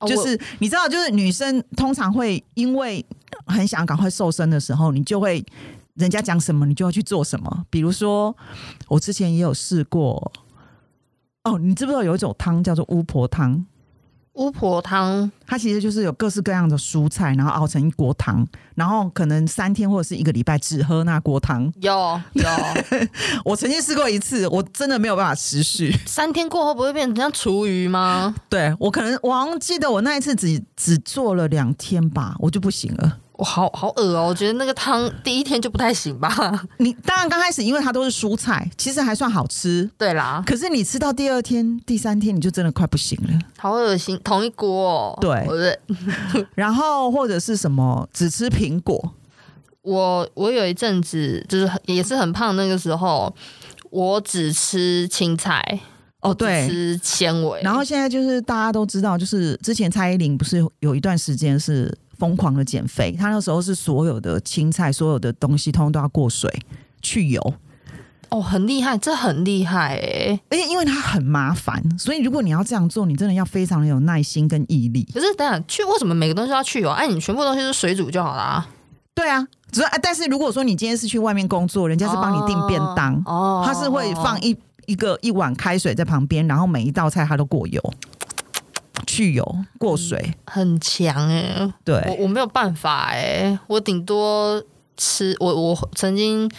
哦
就
我
是你知道，就是女生通常会因为很想赶快瘦身的时候，你就会人家讲什么，你就要去做什么。比如说，我之前也有试过。哦，你知不知道有一种汤叫做巫婆汤？
巫婆汤，
它其实就是有各式各样的蔬菜，然后熬成一锅汤，然后可能三天或者是一个礼拜只喝那锅汤。
有有
我曾经试过一次，我真的没有办法持 续。
三天过后不会变成像厨余吗？
对我可能我好像记得我那一次只只做了两天吧，我就不行了。
我好好恶哦、我觉得那个汤第一天就不太行吧。
你当然刚开始，因为它都是蔬菜，其实还算好吃。
对啦，
可是你吃到第二天、第三天，你就真的快不行了。
好恶心，同一锅哦、
对
我的
然后或者是什么，只吃苹果，
我我有一阵子就是很也是很胖，那个时候我只吃青菜，
哦
我只
对
吃纤维，
然后现在就是大家都知道，就是之前蔡依林不是有一段时间是疯狂的减肥，她那时候是所有的青菜、所有的东西通通都要过水去油，
哦，很厉害，这很厉害哎、
而且因为它很麻烦，所以如果你要这样做，你真的要非常的有耐心跟毅力。
可是等一下去为什么每个东西都要去油？哎、你全部东西是水煮就好啦。
对啊，只是啊但是如果说你今天是去外面工作，人家是帮你订便当，
哦，
它是会放一一个一碗开水在旁边，然后每一道菜它都过油、去油、过水。
很强哎、
对，
我我没有办法哎、我顶多吃我我曾经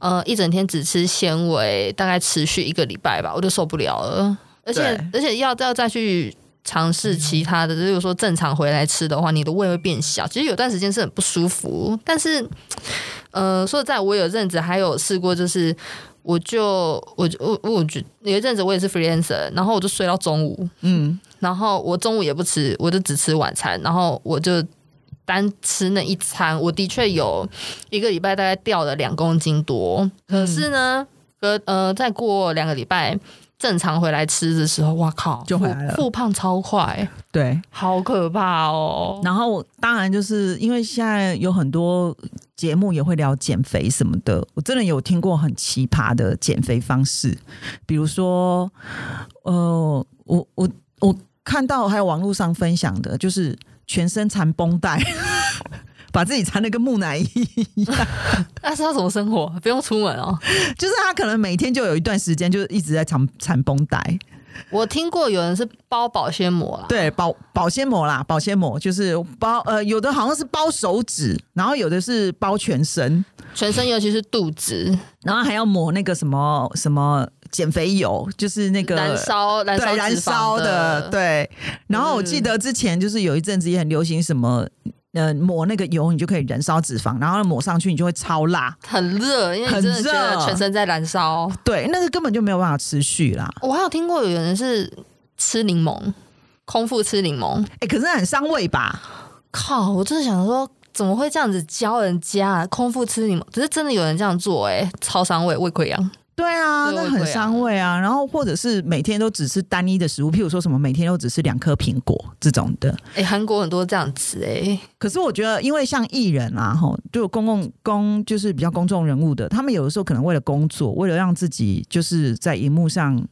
呃一整天只吃纤维，大概持续一个礼拜吧，我就受不了了，而且而且要要再去。尝试其他的，就是说正常回来吃的话，你的胃会变小。其实有段时间是很不舒服，但是，呃，说实在，我有阵子还有试过，就是我就我就我我觉有一阵子我也是 freelancer，然后我就睡到中午，
嗯，
然后我中午也不吃，我就只吃晚餐，然后我就单吃那一餐。我的确有一个礼拜大概掉了两公斤多，可
嗯
是呢，隔呃再过两个礼拜正常回来吃的时候，哇靠，
就回来了
复复胖超快，
对。
好可怕哦！
然后当然就是因为现在有很多节目也会聊减肥什么的，我真的有听过很奇葩的减肥方式，比如说，呃，我我我看到还有网络上分享的，就是全身缠绷带， 把自己缠的跟木乃伊 一样，
那是要怎么生活？不用出门 哦。
就是他可能每天就有一段时间就是一直在缠缠绷带，
我听过有人是包保鲜膜啦，
对，保保鲜膜啦，保鲜膜就是包呃，有的好像是包手指，然后有的是包全身。
全身尤其是肚子
然后还要抹那个什么什么减肥油，就是那个
燃烧燃烧
对燃
脂肪
烧
的，嗯
对。然后我记得之前就是有一阵子也很流行什么。呃，抹那个油，你就可以燃烧脂肪，然后抹上去，你就会超辣。
很热，因为你
很
真的觉得
热
全身在燃烧。
对，那个根本就没有办法持续啦。
我还有听过有人是吃柠檬，空腹吃柠檬。
哎、可是很伤胃吧？
靠！我真的想说，怎么会这样子教人家、啊、空腹吃柠檬？只是真的有人这样做、欸，哎，超伤胃，胃溃疡。
对啊，
对
那
我
很
会啊
伤胃啊。然后或者是每天都只吃单一的食物，譬如说什么每天都只吃两颗苹果这种的。
哎、韩国很多这样子、欸，
可是我觉得，因为像艺人啊，吼，就公共公就是比较公众人物的，他们有的时候可能为了工作，为了让自己就是在荧幕上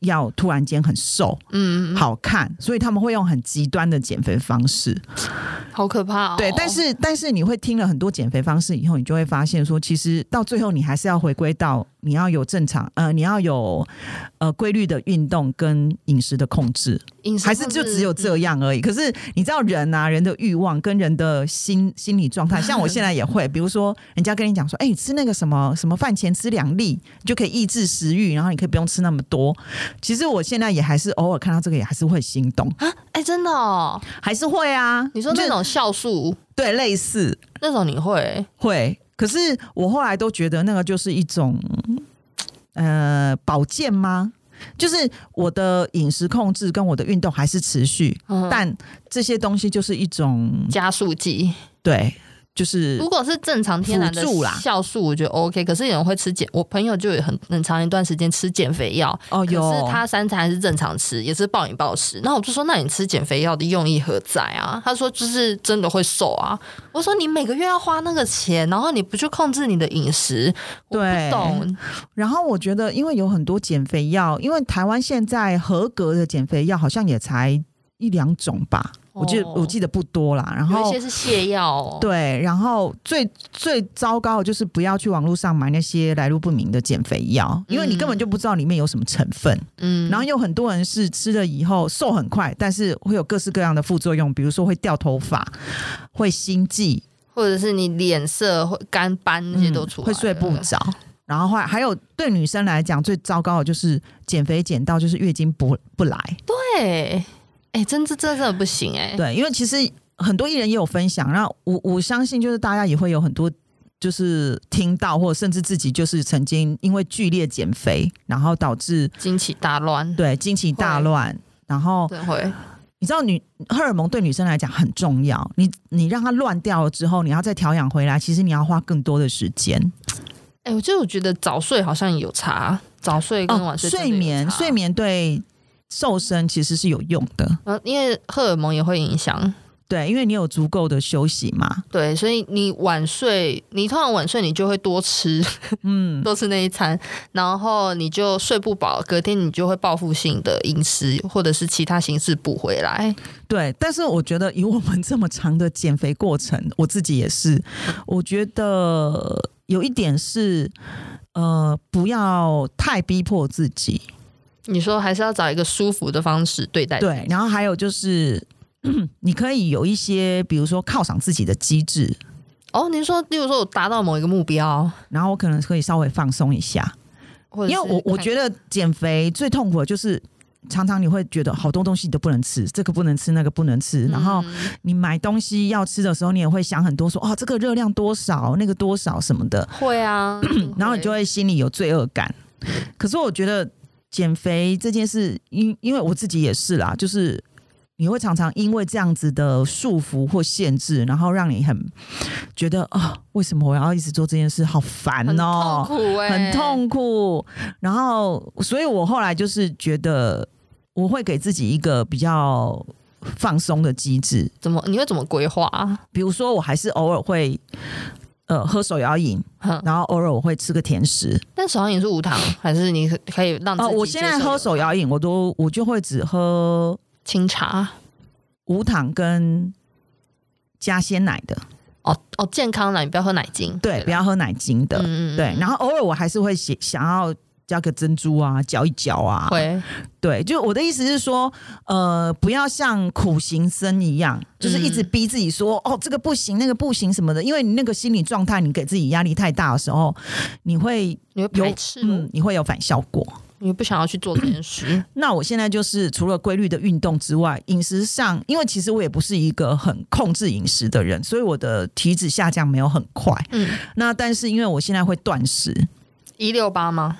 要突然间很瘦、
哎，嗯，
好看，所以他们会用很极端的减肥方式。
好可怕哦！
对，但是但是你会听了很多减肥方式以后，你就会发现说，其实到最后你还是要回归到你要有正常呃，你要有呃规律的运动跟饮食的控制，
饮食
还是
控
就
制
只有这样而已。可是你知道人啊，人的欲望跟人的心心理状态，像我现在也会，比如说人家跟你讲说，哎、你吃那个什么什么饭前吃两粒，你就可以抑制食欲，然后你可以不用吃那么多。其实我现在也还是偶尔看到这个，也还是会心动，
啊，哎、真的哦！
还是会啊。
你说
就
那种酵素，
对类似。
那种你会
会，可是我后来都觉得那个就是一种呃保健吗？就是我的饮食控制跟我的运动还是持续，
嗯
但这些东西就是一种
加速剂？
对，就是
如果是正常天然的
辅助啦
酵素，我觉得 OK。可是有人会吃减，我朋友就有很很长一段时间吃减肥药，
哦
可
有
是他三餐还是正常吃，也是暴饮暴食。那我就说，那你吃减肥药的用意何在啊？他说就是真的会瘦啊。我说你每个月要花那个钱，然后你不去控制你的饮食，我
对
不懂。
然后我觉得，因为有很多减肥药，因为台湾现在合格的减肥药好像也才一两种吧，我记得
哦
我记得不多啦。然
有一
后
些是泻药、哦，
对，然后最最糟糕的就是不要去网络上买那些来路不明的减肥药，因为你根本就不知道里面有什么成分。
嗯，
然后有很多人是吃了以后瘦很快，但是会有各式各样的副作用，比如说会掉头发、会心悸、
或者是你脸色会干斑那些都出来、
嗯会睡不。着。然后还还有对女生来讲最糟糕的就是减肥减到就是月经不不来，
对，哎、真这这真的不行哎、
对，因为其实很多艺人也有分享，那我我相信就是大家也会有很多。就是听到，或者甚至自己就是曾经因为剧烈减肥，然后导致
惊起大乱，
对经期大乱，然后
真会。
你知道女荷尔蒙对女生来讲很重要，你你让它乱掉了之后，你要再调养回来，其实你要花更多的时间。
哎、我就我觉得早睡好像有差，早睡跟晚睡、
哦睡眠睡，眠对瘦身其实是有用的，
然后呃因为荷尔蒙也会影响，
对，因为你有足够的休息嘛，
对，所以你晚睡，你通常晚睡你就会多吃，嗯，多吃那一餐，然后你就睡不饱，隔天你就会报复性的饮食或者是其他形式补回来，
对，但是我觉得以我们这么长的减肥过程，我自己也是，我觉得有一点是，呃，不要太逼迫自己，
你说还是要找一个舒服的方式哎对待，
对，然后还有就是。 你可以有一些，比如说犒赏自己的机制，
哦，你说，例如说我达到某一个目标，
然后我可能可以稍微放松一下，
或
因
者
为我我觉
得
得减肥最痛苦的就是常常你会觉得好多东西你都不能吃，这个不能吃，那个不能吃，然后
嗯
你买东西要吃的时候，你也会想很多说哦，这个热量多少，那个多少什么的，
会 啊，
然后你就会心里有罪恶感。可是我觉得减肥这件事，因因为我自己也是啦，就是你会常常因为这样子的束缚或限制，然后让你很觉得啊、为什么我要一直做这件事，好烦
很痛
哦、
苦哎、
很痛苦。然后，所以我后来就是觉得，我会给自己一个比较放松的机制，
怎么你会怎么规划啊？
比如说，我还是偶尔会。呃，喝手摇饮，
哼
然后偶尔我会吃个甜食，
但手摇饮是无糖，还是你可以让自己、
哦，我现在喝手摇饮，我都我就会只喝
清茶
无糖跟加鲜奶的，
哦哦，健康啦，你不要喝奶精。
对，不
要
要喝奶精的，
嗯嗯嗯
对。然后偶尔我还是会想想要加个珍珠啊，搅一搅啊，
会
对。就我的意思是说，呃，不要像苦行僧一样，就是一直
嗯
逼自己说，哦，这个不行，那个不行什么的，因为你那个心理状态，你给自己压力太大的时候，你会
你会
有
排斥，
嗯，你会有反效果。
你不想要去做这件事。
那我现在就是除了规律的运动之外，饮食上，因为其实我也不是一个很控制饮食的人，所以我的体脂下降没有很快。
嗯，
那但是因为我现在会断食，
一六八吗？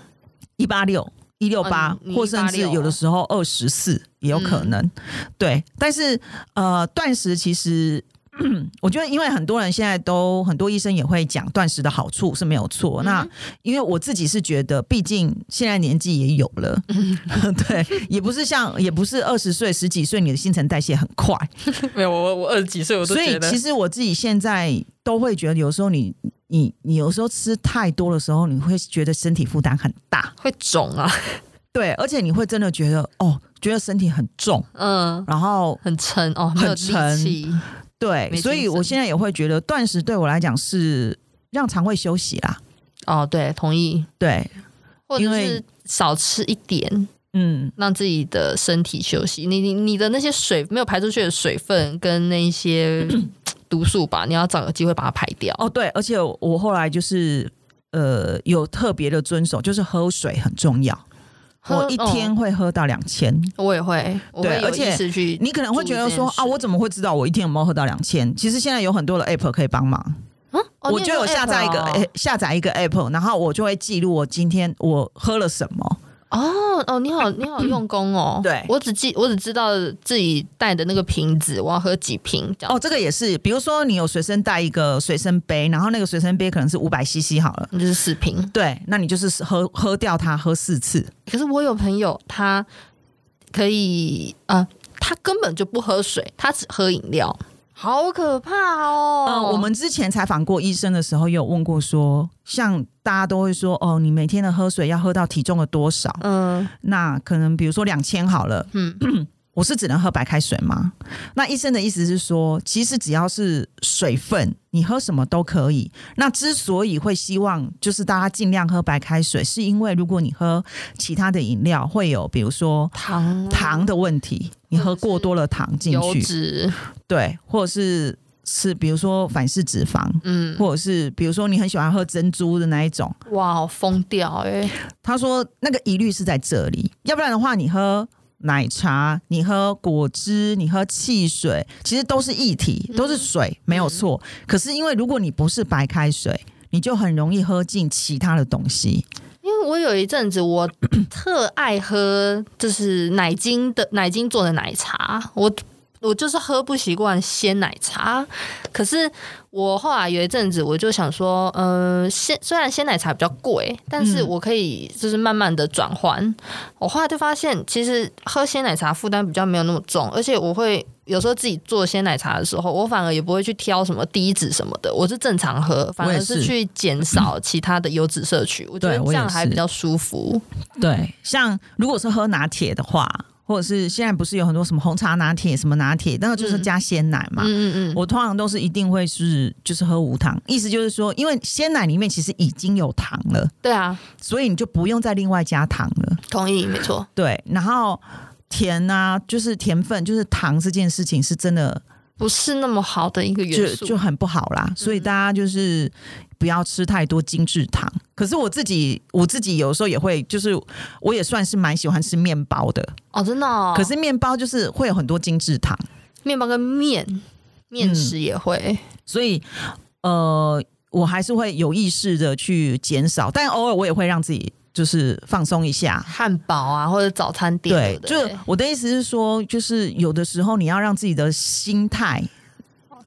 一八六、一六八
哦，你
或甚至有的时候二十四也有可
嗯
能。对，但是呃，断食其实。 我觉得，因为很多人现在都很多医生也会讲断食的好处是没有错。
嗯
那因为我自己是觉得，毕竟现在年纪也有了，
嗯
对，也不是像也不是二十岁、十几岁，你的新陈代谢很快，
没有，我我二十几岁我
所以其实我自己现在都会觉得，有时候你你你有时候吃太多的时候，你会觉得身体负担很大。
会肿啊，
对，而且你会真的觉得哦，觉得身体很重，
嗯，
然后
很沉哦，
很
没有力
沉
气，
对
没，
所以
精神
我现在也会觉得断食对我来讲是让肠胃休息啦。
哦，对，同意，
对，
或者
因为
是少吃一点，
嗯，
让自己的身体休息。你你你的那些水没有排出去的水分跟那 一些毒素吧，你要找个机会把它排掉。
哦对，而且我后来就是呃有特别的遵守，就是喝水很重要。
喝
我一天、会喝到两千，
哦我也会，我
哦对
会有
而且
意识去。
你可能会觉得说
注意这件事
啊，我怎么会知道我一天有没有喝到两千？其实现在有很多的 app 可以帮忙，
哦
我就有下载一个、
你有
app，下载一个 app，然后我就会记录我今天我喝了什么。
哦哦，你 好，你好用功哦。
对
我只记，我只知道自己带的那个瓶子，我要喝几瓶这样。
哦，这个也是，比如说你有随身带一个随身杯，然后那个随身杯可能是五百 CC 好了。
那就是四瓶。
对，那你就是喝喝掉它，喝四次。
可是我有朋友，他可以呃，他根本就不喝水，他只喝饮料，好可怕哦。
呃，我们之前采访过医生的时候，也有问过说，像大家都会说，哦，你每天的喝水要喝到体重的多少？
嗯
那可能比如说两千好了，
嗯，
我是只能喝白开水吗？那医生的意思是说，其实只要是水分，你喝什么都可以。那之所以会希望就是大家尽量喝白开水，是因为如果你喝其他的饮料，会有比如说
糖
糖的问题，你喝过多了糖进
油
去，
脂，
对，或者是是比如说反式脂肪，
嗯，
或者是比如说你很喜欢喝珍珠的那一种，
哇，好疯掉哎、
他说那个疑虑是在这里，要不然的话，你喝奶茶、你喝果汁、你喝汽水，其实都是液体，
嗯
都是水，没有错。可是因为如果你不是白开水，你就很容易喝进其他的东西。
因为我有一阵 子我特爱喝，就是奶精的奶精做的奶茶，我我就是喝不习惯鲜奶茶。可是我后来有一阵子，我就想说，嗯、鲜虽然鲜奶茶比较贵，但是
嗯
我可以就是慢慢的转换。我后来就发现，其实喝鲜奶茶负担比较没有那么重，而且我会。有时候自己做鲜奶茶的时候，我反而也不会去挑什么低脂什么的，我是正常喝，反
我也
而
是
是去减少其他的油脂摄取。我觉得
对我
这
也
样还
是
比较舒服。
对，像如果是喝拿铁的话，或者是现在不是有很多什么红茶拿铁、什么拿铁，那个就是加鲜奶嘛。
嗯嗯嗯，
我通常都是一定会是就是喝无糖，意思就是说，因为鲜奶里面其实已经有糖了，
对啊，
所以你就不用再另外加糖了。
同意，没错。
对，然后甜啊，就是甜分，就是糖这件事情是真的
不是那么好的一个元
就
素，嗯
就很不好啦，所以大家就是不要吃太多精致糖。可是我自己，我自己有时候也会，就是我也算是蛮喜欢吃面包的，
哦，真的、哦。
可是面包就是会有很多精致糖，
面包跟面面食也会，
所以呃，我还是会有意识的去减少，但偶尔我也会让自己就是放松一下，
汉堡啊或者早餐店，
对，
对不
就
对，
是我的意思是说，就是有的时候你要让自己的心态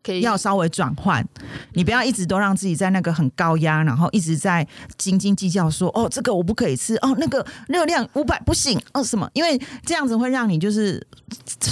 可以
要稍微转换，你不要一直都让自己在那个很高压，然后一直在斤斤计较说，哦，这个我不可以吃，哦，那个热量五百不行，哦什么？因为这样子会让你就是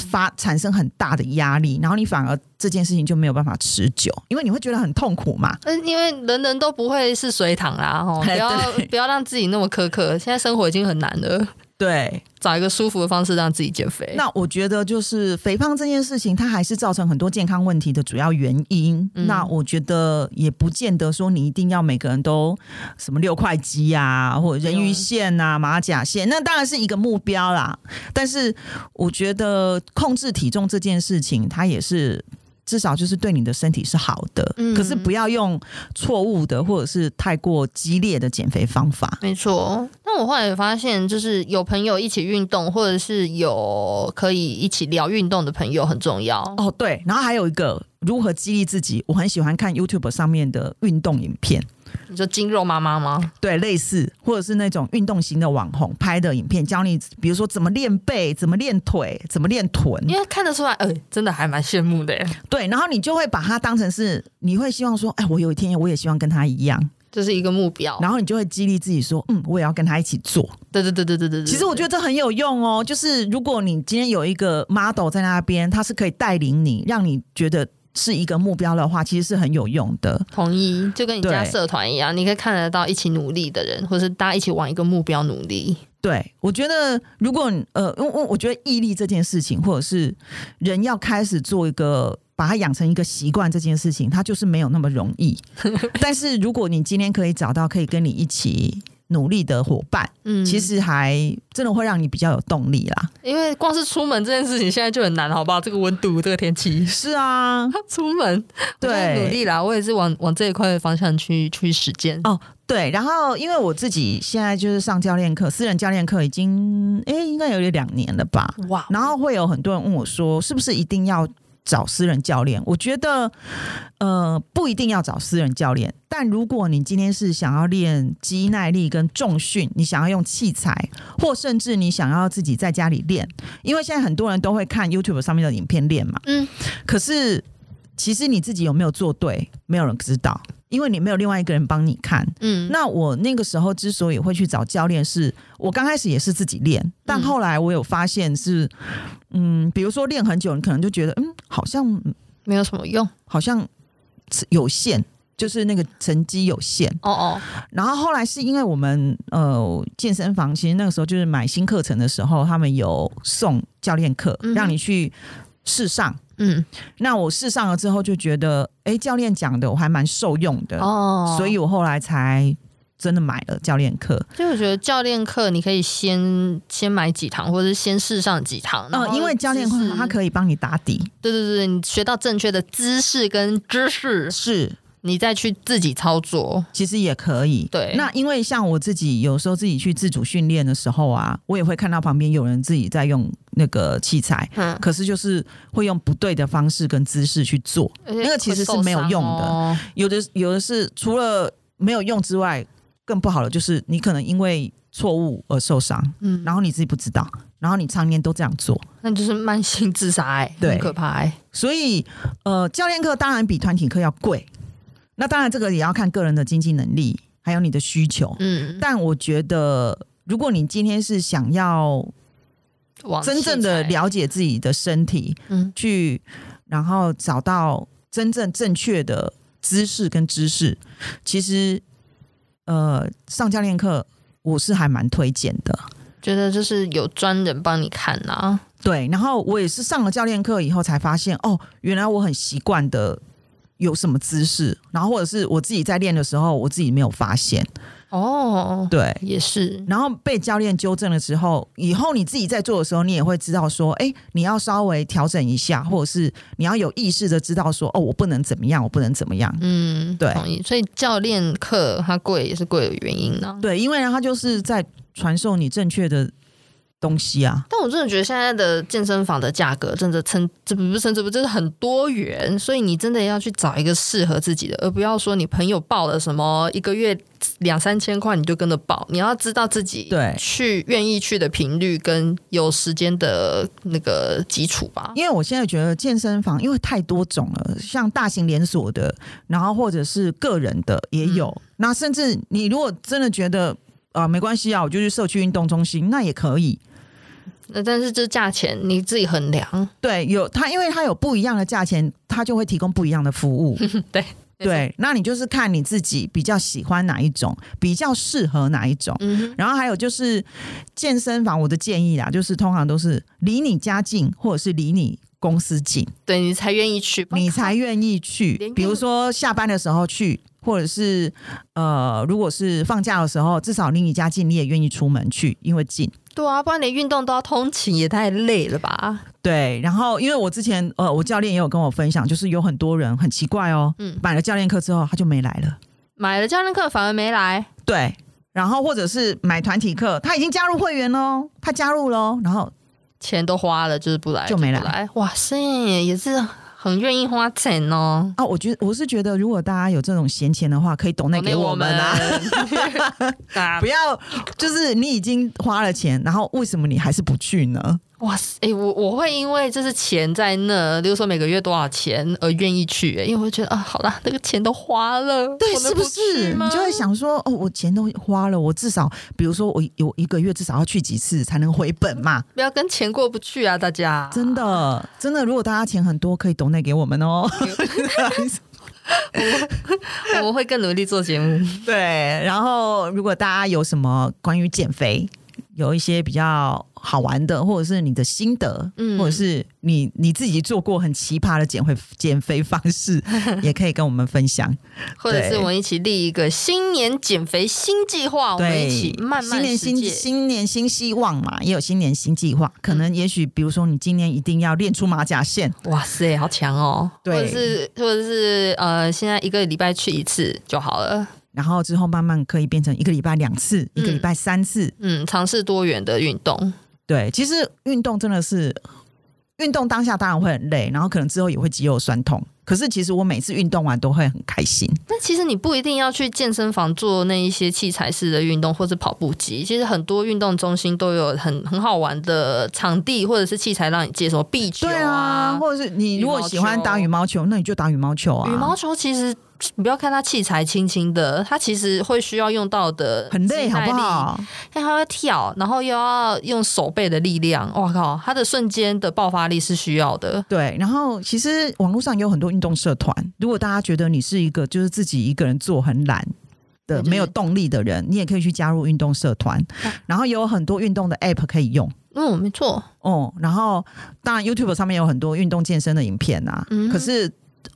发产生很大的压力，然后你反而这件事情就没有办法持久，因为你会觉得很痛苦嘛。
嗯，因为人人都不会是随堂 啦，哦，不
哎
要
对
不要让自己那么苛刻。现在生活已经很难了，
对，
找一个舒服的方式让自己减肥。
那我觉得就是肥胖这件事情，它还是造成很多健康问题的主要原因。
嗯
那我觉得也不见得说你一定要每个人都什么六块肌啊，或者人鱼线啊、马甲线，那当然是一个目标啦。但是我觉得控制体重这件事情，它也是。至少就是对你的身体是好的，
嗯
可是不要用错误的或者是太过激烈的减肥方法。
没错，那我后来也发现，就是有朋友一起运动，或者是有可以一起聊运动的朋友很重要。
哦，对，然后还有一个如何激励自己，我很喜欢看 YouTube 上面的运动影片，
你说筋肉妈妈吗？
对，类似或者是那种运动型的网红拍的影片，教你比如说怎么练背、怎么练腿、怎么练臀，
因为看得出来，呃，真的还蛮羡慕的耶，
对，然后你就会把它当成是，你会希望说，哎，我有一天我也希望跟他一样，
这是一个目标。
然后你就会激励自己说，嗯，我也要跟他一起做。
对对对对对对对。
其实我觉得这很有用哦，就是如果你今天有一个 model 在那边，他是可以带领你，让你觉得是一个目标的话，其实是很有用的。
同意，就跟你加
对
社团一样，你可以看得到一起努力的人，或是大家一起往一个目标努力。
对，我觉得嗯如果你呃，因为我我觉得毅力这件事情，或者是人要开始做一个把它养成一个习惯这件事情，它就是没有那么容易。但是如果你今天可以找到可以跟你一起努力的伙伴，
嗯，
其实还真的会让你比较有动力啦。
因为光是出门这件事情现在就很难，好不好？这个温度，这个天气，
是啊，
出门我现在
对
努力啦，我也是往往这一块的方向去去实践。
哦，对，然后因为我自己现在就是上教练课，私人教练课已经哎、应该有两年了吧。
哇，
然后会有很多人问我说，是不是一定要找私人教练？我觉得，呃，不一定要找私人教练，但如果你今天是想要练肌耐力跟重训，你想要用器材，或甚至你想要自己在家里练，因为现在很多人都会看 YouTube 上面的影片练嘛，
嗯，
可是其实你自己有没有做对，没有人知道。因为你没有另外一个人帮你看，
嗯，
那我那个时候之所以会去找教练是，我刚开始也是自己
嗯
练，但后来我有发现是，嗯，比如说练很久，你可能就觉得，嗯，好像
没有什么用。
好像有限，就是那个成绩有限。
哦哦，
然后后来是因为我们呃健身房，其实那个时候就是买新课程的时候，他们有送教练课
嗯哼，
让你去试上。
嗯，
那我试上了之后就觉得，哎，教练讲的我还蛮受用的，
哦，
所以我后来才真的买了教练课。
所以我觉得教练课你可以先先买几堂，或者是先试上几堂。然
呃，
后
因为教练会
知识
他可以帮你打底，
对对对，你学到正确的姿势跟知识，
是，
你再去自己操作。
其实也可以。
对
那因为像我自己有时候自己去自主训练的时候啊，我也会看到旁边有人自己在用那个器材，
嗯，
可是就是会用不对的方式跟姿势去做，那个其实是没有用的
的。
有的有的是除了没有用之外，更不好的就是你可能因为错误而受伤，
嗯，
然后你自己不知道，然后你常年都这样做，
那就是慢性自杀、欸，
对
很可怕、欸。
所以，呃，教练课当然比团体课要贵，那当然这个也要看个人的经济能力，还有你的需求。
嗯，
但我觉得，如果你今天是想要
往
真正的
器材，
了解自己的身体，
嗯
去然后找到真正正确的姿势跟知识，其实，呃，上教练课我是还蛮推荐的。
觉得就是有专人帮你看啊呐、
对，然后我也是上了教练课以后才发现，哦，原来我很习惯的有什么姿势，然后或者是我自己在练的时候，我自己没有发现。
哦，
对，
也是，
然后被教练纠正了之后，以后你自己在做的时候，你也会知道说，哎，你要稍微调整一下，或者是你要有意识的知道说，哦，我不能怎么样，我不能怎么样。
嗯，
对
同意。所以教练课它贵也是贵的原因呢、
对，因为呢，他就是在传授你正确的东西啊。
但我真的觉得现在的健身房的价格真的称这不是称这不就是很多元，所以你真的要去找一个适合自己的，而不要说你朋友报了什么一个月两三千块你就跟着报，你要知道自己
对
去愿意去的频率跟有时间的那个基础吧。
因为我现在觉得健身房因为太多种了，像大型连锁的，然后或者是个人的
嗯
也有。那甚至你如果真的觉得啊、呃没关系啊，我就去社区运动中心，那也可以。
那但是这价钱你自己衡量，
对，有它，因为它有不一样的价钱，它就会提供不一样的服务。
对
对，那你就是看你自己比较喜欢哪一种，比较适合哪一种。
嗯
然后还有就是健身房，我的建议啦，就是通常都是离你家近，或者是离你公司近。
哼，对你才愿意去，
你才愿意去
连。用
比如说下班的时候去，或者是呃，如果是放假的时候，至少离你家近，你也愿意出门去，因为近。
对啊，不然连运动都要通勤，也太累了吧？
对，然后因为我之前呃，我教练也有跟我分享，就是有很多人很奇怪哦，
嗯
买了教练课之后他就没来了，
买了教练课反而没来，
对，然后或者是买团体课，他已经加入会员喽，他加入喽，然后
钱都花了，就是不来
就没来
不来。哇塞，也是很愿意花钱哦。
啊，我觉得我是觉得，如果大家有这种闲钱的话，可以抖内给我们啊，
啊
不！要就是你已经花了钱，然后为什么你还是不去呢？
哇塞，诶哎我我会因为就是钱在那，例如说每个月多少钱而愿意去、诶因为我会觉得啊，好啦，那个钱都花了，
对，
我能
是不
去
是？
吗
你就会想说，哦，我钱都花了，我至少，比如说我有一个月至少要去几次才能回本 嘛？
不要跟钱过不去啊，大家
真。
啊
的，真的，如果大家钱很多，可以抖内给我们 哦。
我们会更努力做 节目。
对，然后如果大家有什么关于减肥有一些比较好玩的，或者是你的心得，
嗯
或者是你你自己做过很奇葩的减肥减肥方 式，也可以跟我们分享。
或者是我们一起立一个新年减肥新计划，我们
对，
一起慢慢
新年
实
新
践
新年新希望嘛，也有新年新计划。可能也许，比如说你今年一定要练出马甲线，
哇塞，好强哦！
对
或者是或者是呃，现在一个礼拜去一次就好了。
然后之后慢慢可以变成一个礼拜两次，一个礼拜三次。
嗯，尝试多元的运动。
对，其实运动真的是，运动当下当然会很累，然后可能之后也会肌肉酸痛。可是其实我每次运动完都会很开心。
那其实你不一定要去健身房做那一些器材式的运动，或是跑步机。其实很多运动中心都有很很好玩的场地或者是器材让你接，什么壁球
对啊，或者是你如果喜欢打羽毛球，那你就打羽毛球啊。
羽毛球其实你不要看它器材轻轻的，它其实会需要用到的
很累，
肌
好
耐
不
力？
好？
但它会哎跳，然后又要用手背的力量，哇靠，它的瞬间的爆发力是需要的。
对，然后其实网络上有很多运动社团，如果大家觉得你是一个就是自己一个人做很懒
那
的、
就是哦
没有动力的人，你也可以去加入运动社团，然后也有很多运动的 app 可以用。
嗯，没错，
哦、然后当然 YouTube 上面有很多运动健身的影片啊，
嗯
可是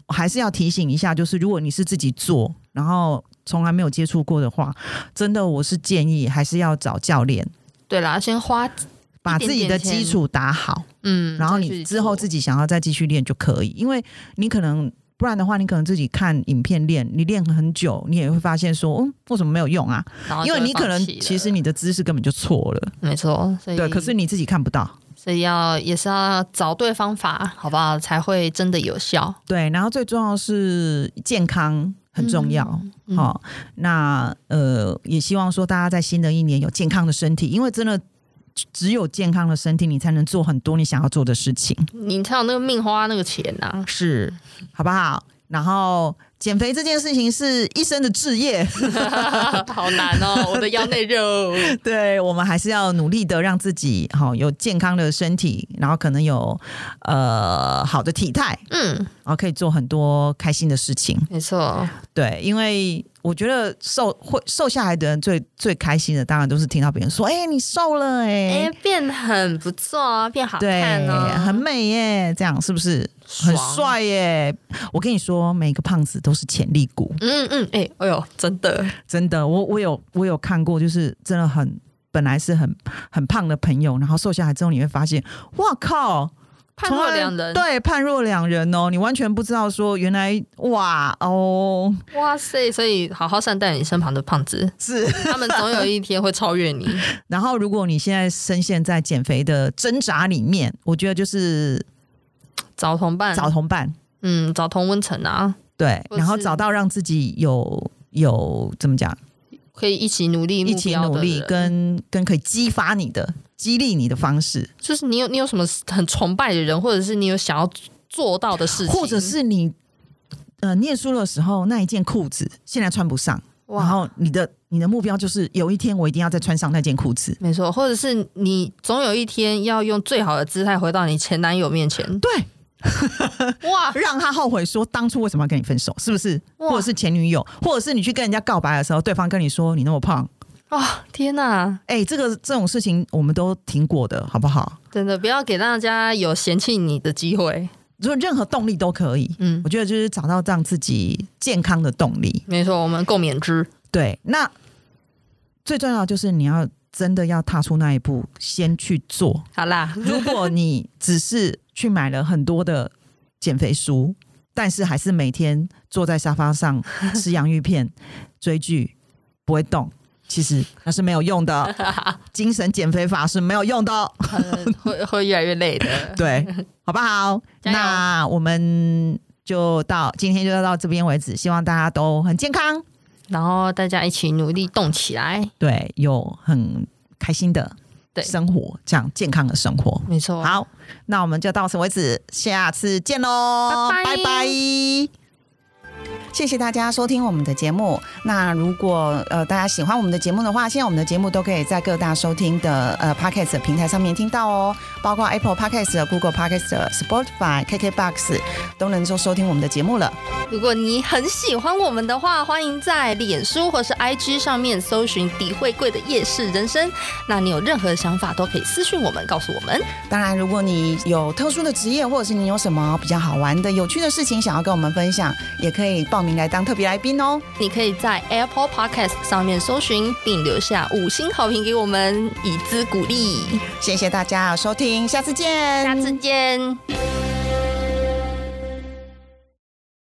还是要提醒一下，就是如果你是自己做，然后从来没有接触过的话，真的我是建议还是要找教练，
对啦，先花
把自己的
一点点
基
钱
础打好，
嗯，
然后
再去
你
做
之后自己想要再继续练就可以，因为你可能。不然的话，你可能自己看影片练，你练很久，你也会发现说，嗯，为什么没有用啊？
然哦后就
因为
会
你可能
放弃了
其实你的姿势根本就错了，
没错，所以
对，可是你自己看不到。
所以要也是要找对方法，好不好？才会真的有效。
对，然后最重要是健康很重要。好、
嗯
那呃，也希望说大家在新的一年有健康的身体，因为真的只只有健康的身体，你才能做很多你想要做的事情，
你才有那个命花那个钱啊呐、
是好不好？然后减肥这件事情是一生的志 业，
好难哦，我的腰内 肉。
对我们还是要努力的让自己好、有健康的身体，然后可能有呃好的体态，
嗯，
然后可以做很多开心的事情。
没错，
对，因为我觉得瘦会瘦下来的人最最开心的，当然都是听到别人说：“哎、你瘦了哎、
哎、变得很不错啊，变好
对
看哦，，
很美耶、这样是不是很
很。
帅耶、我跟你说，每个胖子都是潜力股，
嗯嗯，哎、哎呦，真的，
真的。我我有我有看过，就是真的很本来是很很胖的朋友，然后瘦下来之后，你会发现，哇靠！
判若两人。
从来对，判若两人哦，你完全不知道说原来哇哦
哇塞！所以好好善待你身旁的胖 子，
是
他们总有一天会超越你。
然后，如果你现在深陷在减肥的挣扎里面，我觉得就是
找同伴，
找同伴，
嗯，找同温层啊，
对，
或是
然后找到让自己有有怎么讲，
可以一起努力目
一起
标的人，
努力跟跟可以激发你的、激励你的方式，
就是你有你有什么很崇拜的人，或者是你有想要做到的事情，
或者是你呃念书的时候那一件裤子现在穿不上，然
哇，
后你的你的目标就是有一天我一定要再穿上那件裤子。
没错，或者是你总有一天要用最好的姿态回到你前男友 面前，
对，啊
哇，
让他后悔说当初为什么要跟你分手，是不是？
哇
或者是前女友，或者是你去跟人家告白的时候，对方跟你说你那么胖，
哇，哦天哪、
哎、这个这种事情我们都听过的，好不好？
真的不要给大家有嫌弃你的机会，
就任何动力都可以。
嗯
我，觉得就是找到让自己健康的动力。
没错，我们共勉之，
对，那最重要就是你要真的要踏出那一步，先去做。
好啦，
如果你只是去买了很多的减肥书，但是还是每天坐在沙发上吃洋芋片、追剧，不会动，其实那是没有用的。精神减肥法是没有用的。
呃会会越来越累的，
对，好不好？
加油
那我们就到今天就到这边为止，希望大家都很健康，
然后大家一起努力动起来，
对，有很开心的
对
生活，这样健康的生活。
没错，
好，那我们就到此为止，下次见喽，
拜拜
拜拜谢谢大家收听我们的节目。那如果呃大家喜欢我们的节目的话，现在我们的节目都可以在各大收听的呃 Podcast 平台上面听到哦，包括 Apple Podcast、Google Podcast、Spotify、KKBox 都能够收听我们的节目了。
如果你很喜欢我们的话，欢迎在脸书或是 IG 上面搜寻“底会贵的夜市人生”。那你有任何想法都可以私讯我们，告诉我们。
当然，如果你有特殊的职业，或者是你有什么比较好玩的、有趣的事情想要跟我们分享，也可以报名来当特别来宾哦。
你可以在 Apple Podcast 上面搜寻，并留下五星好评给我们，以资鼓励。
谢谢大家的收听，下次见，
下次见。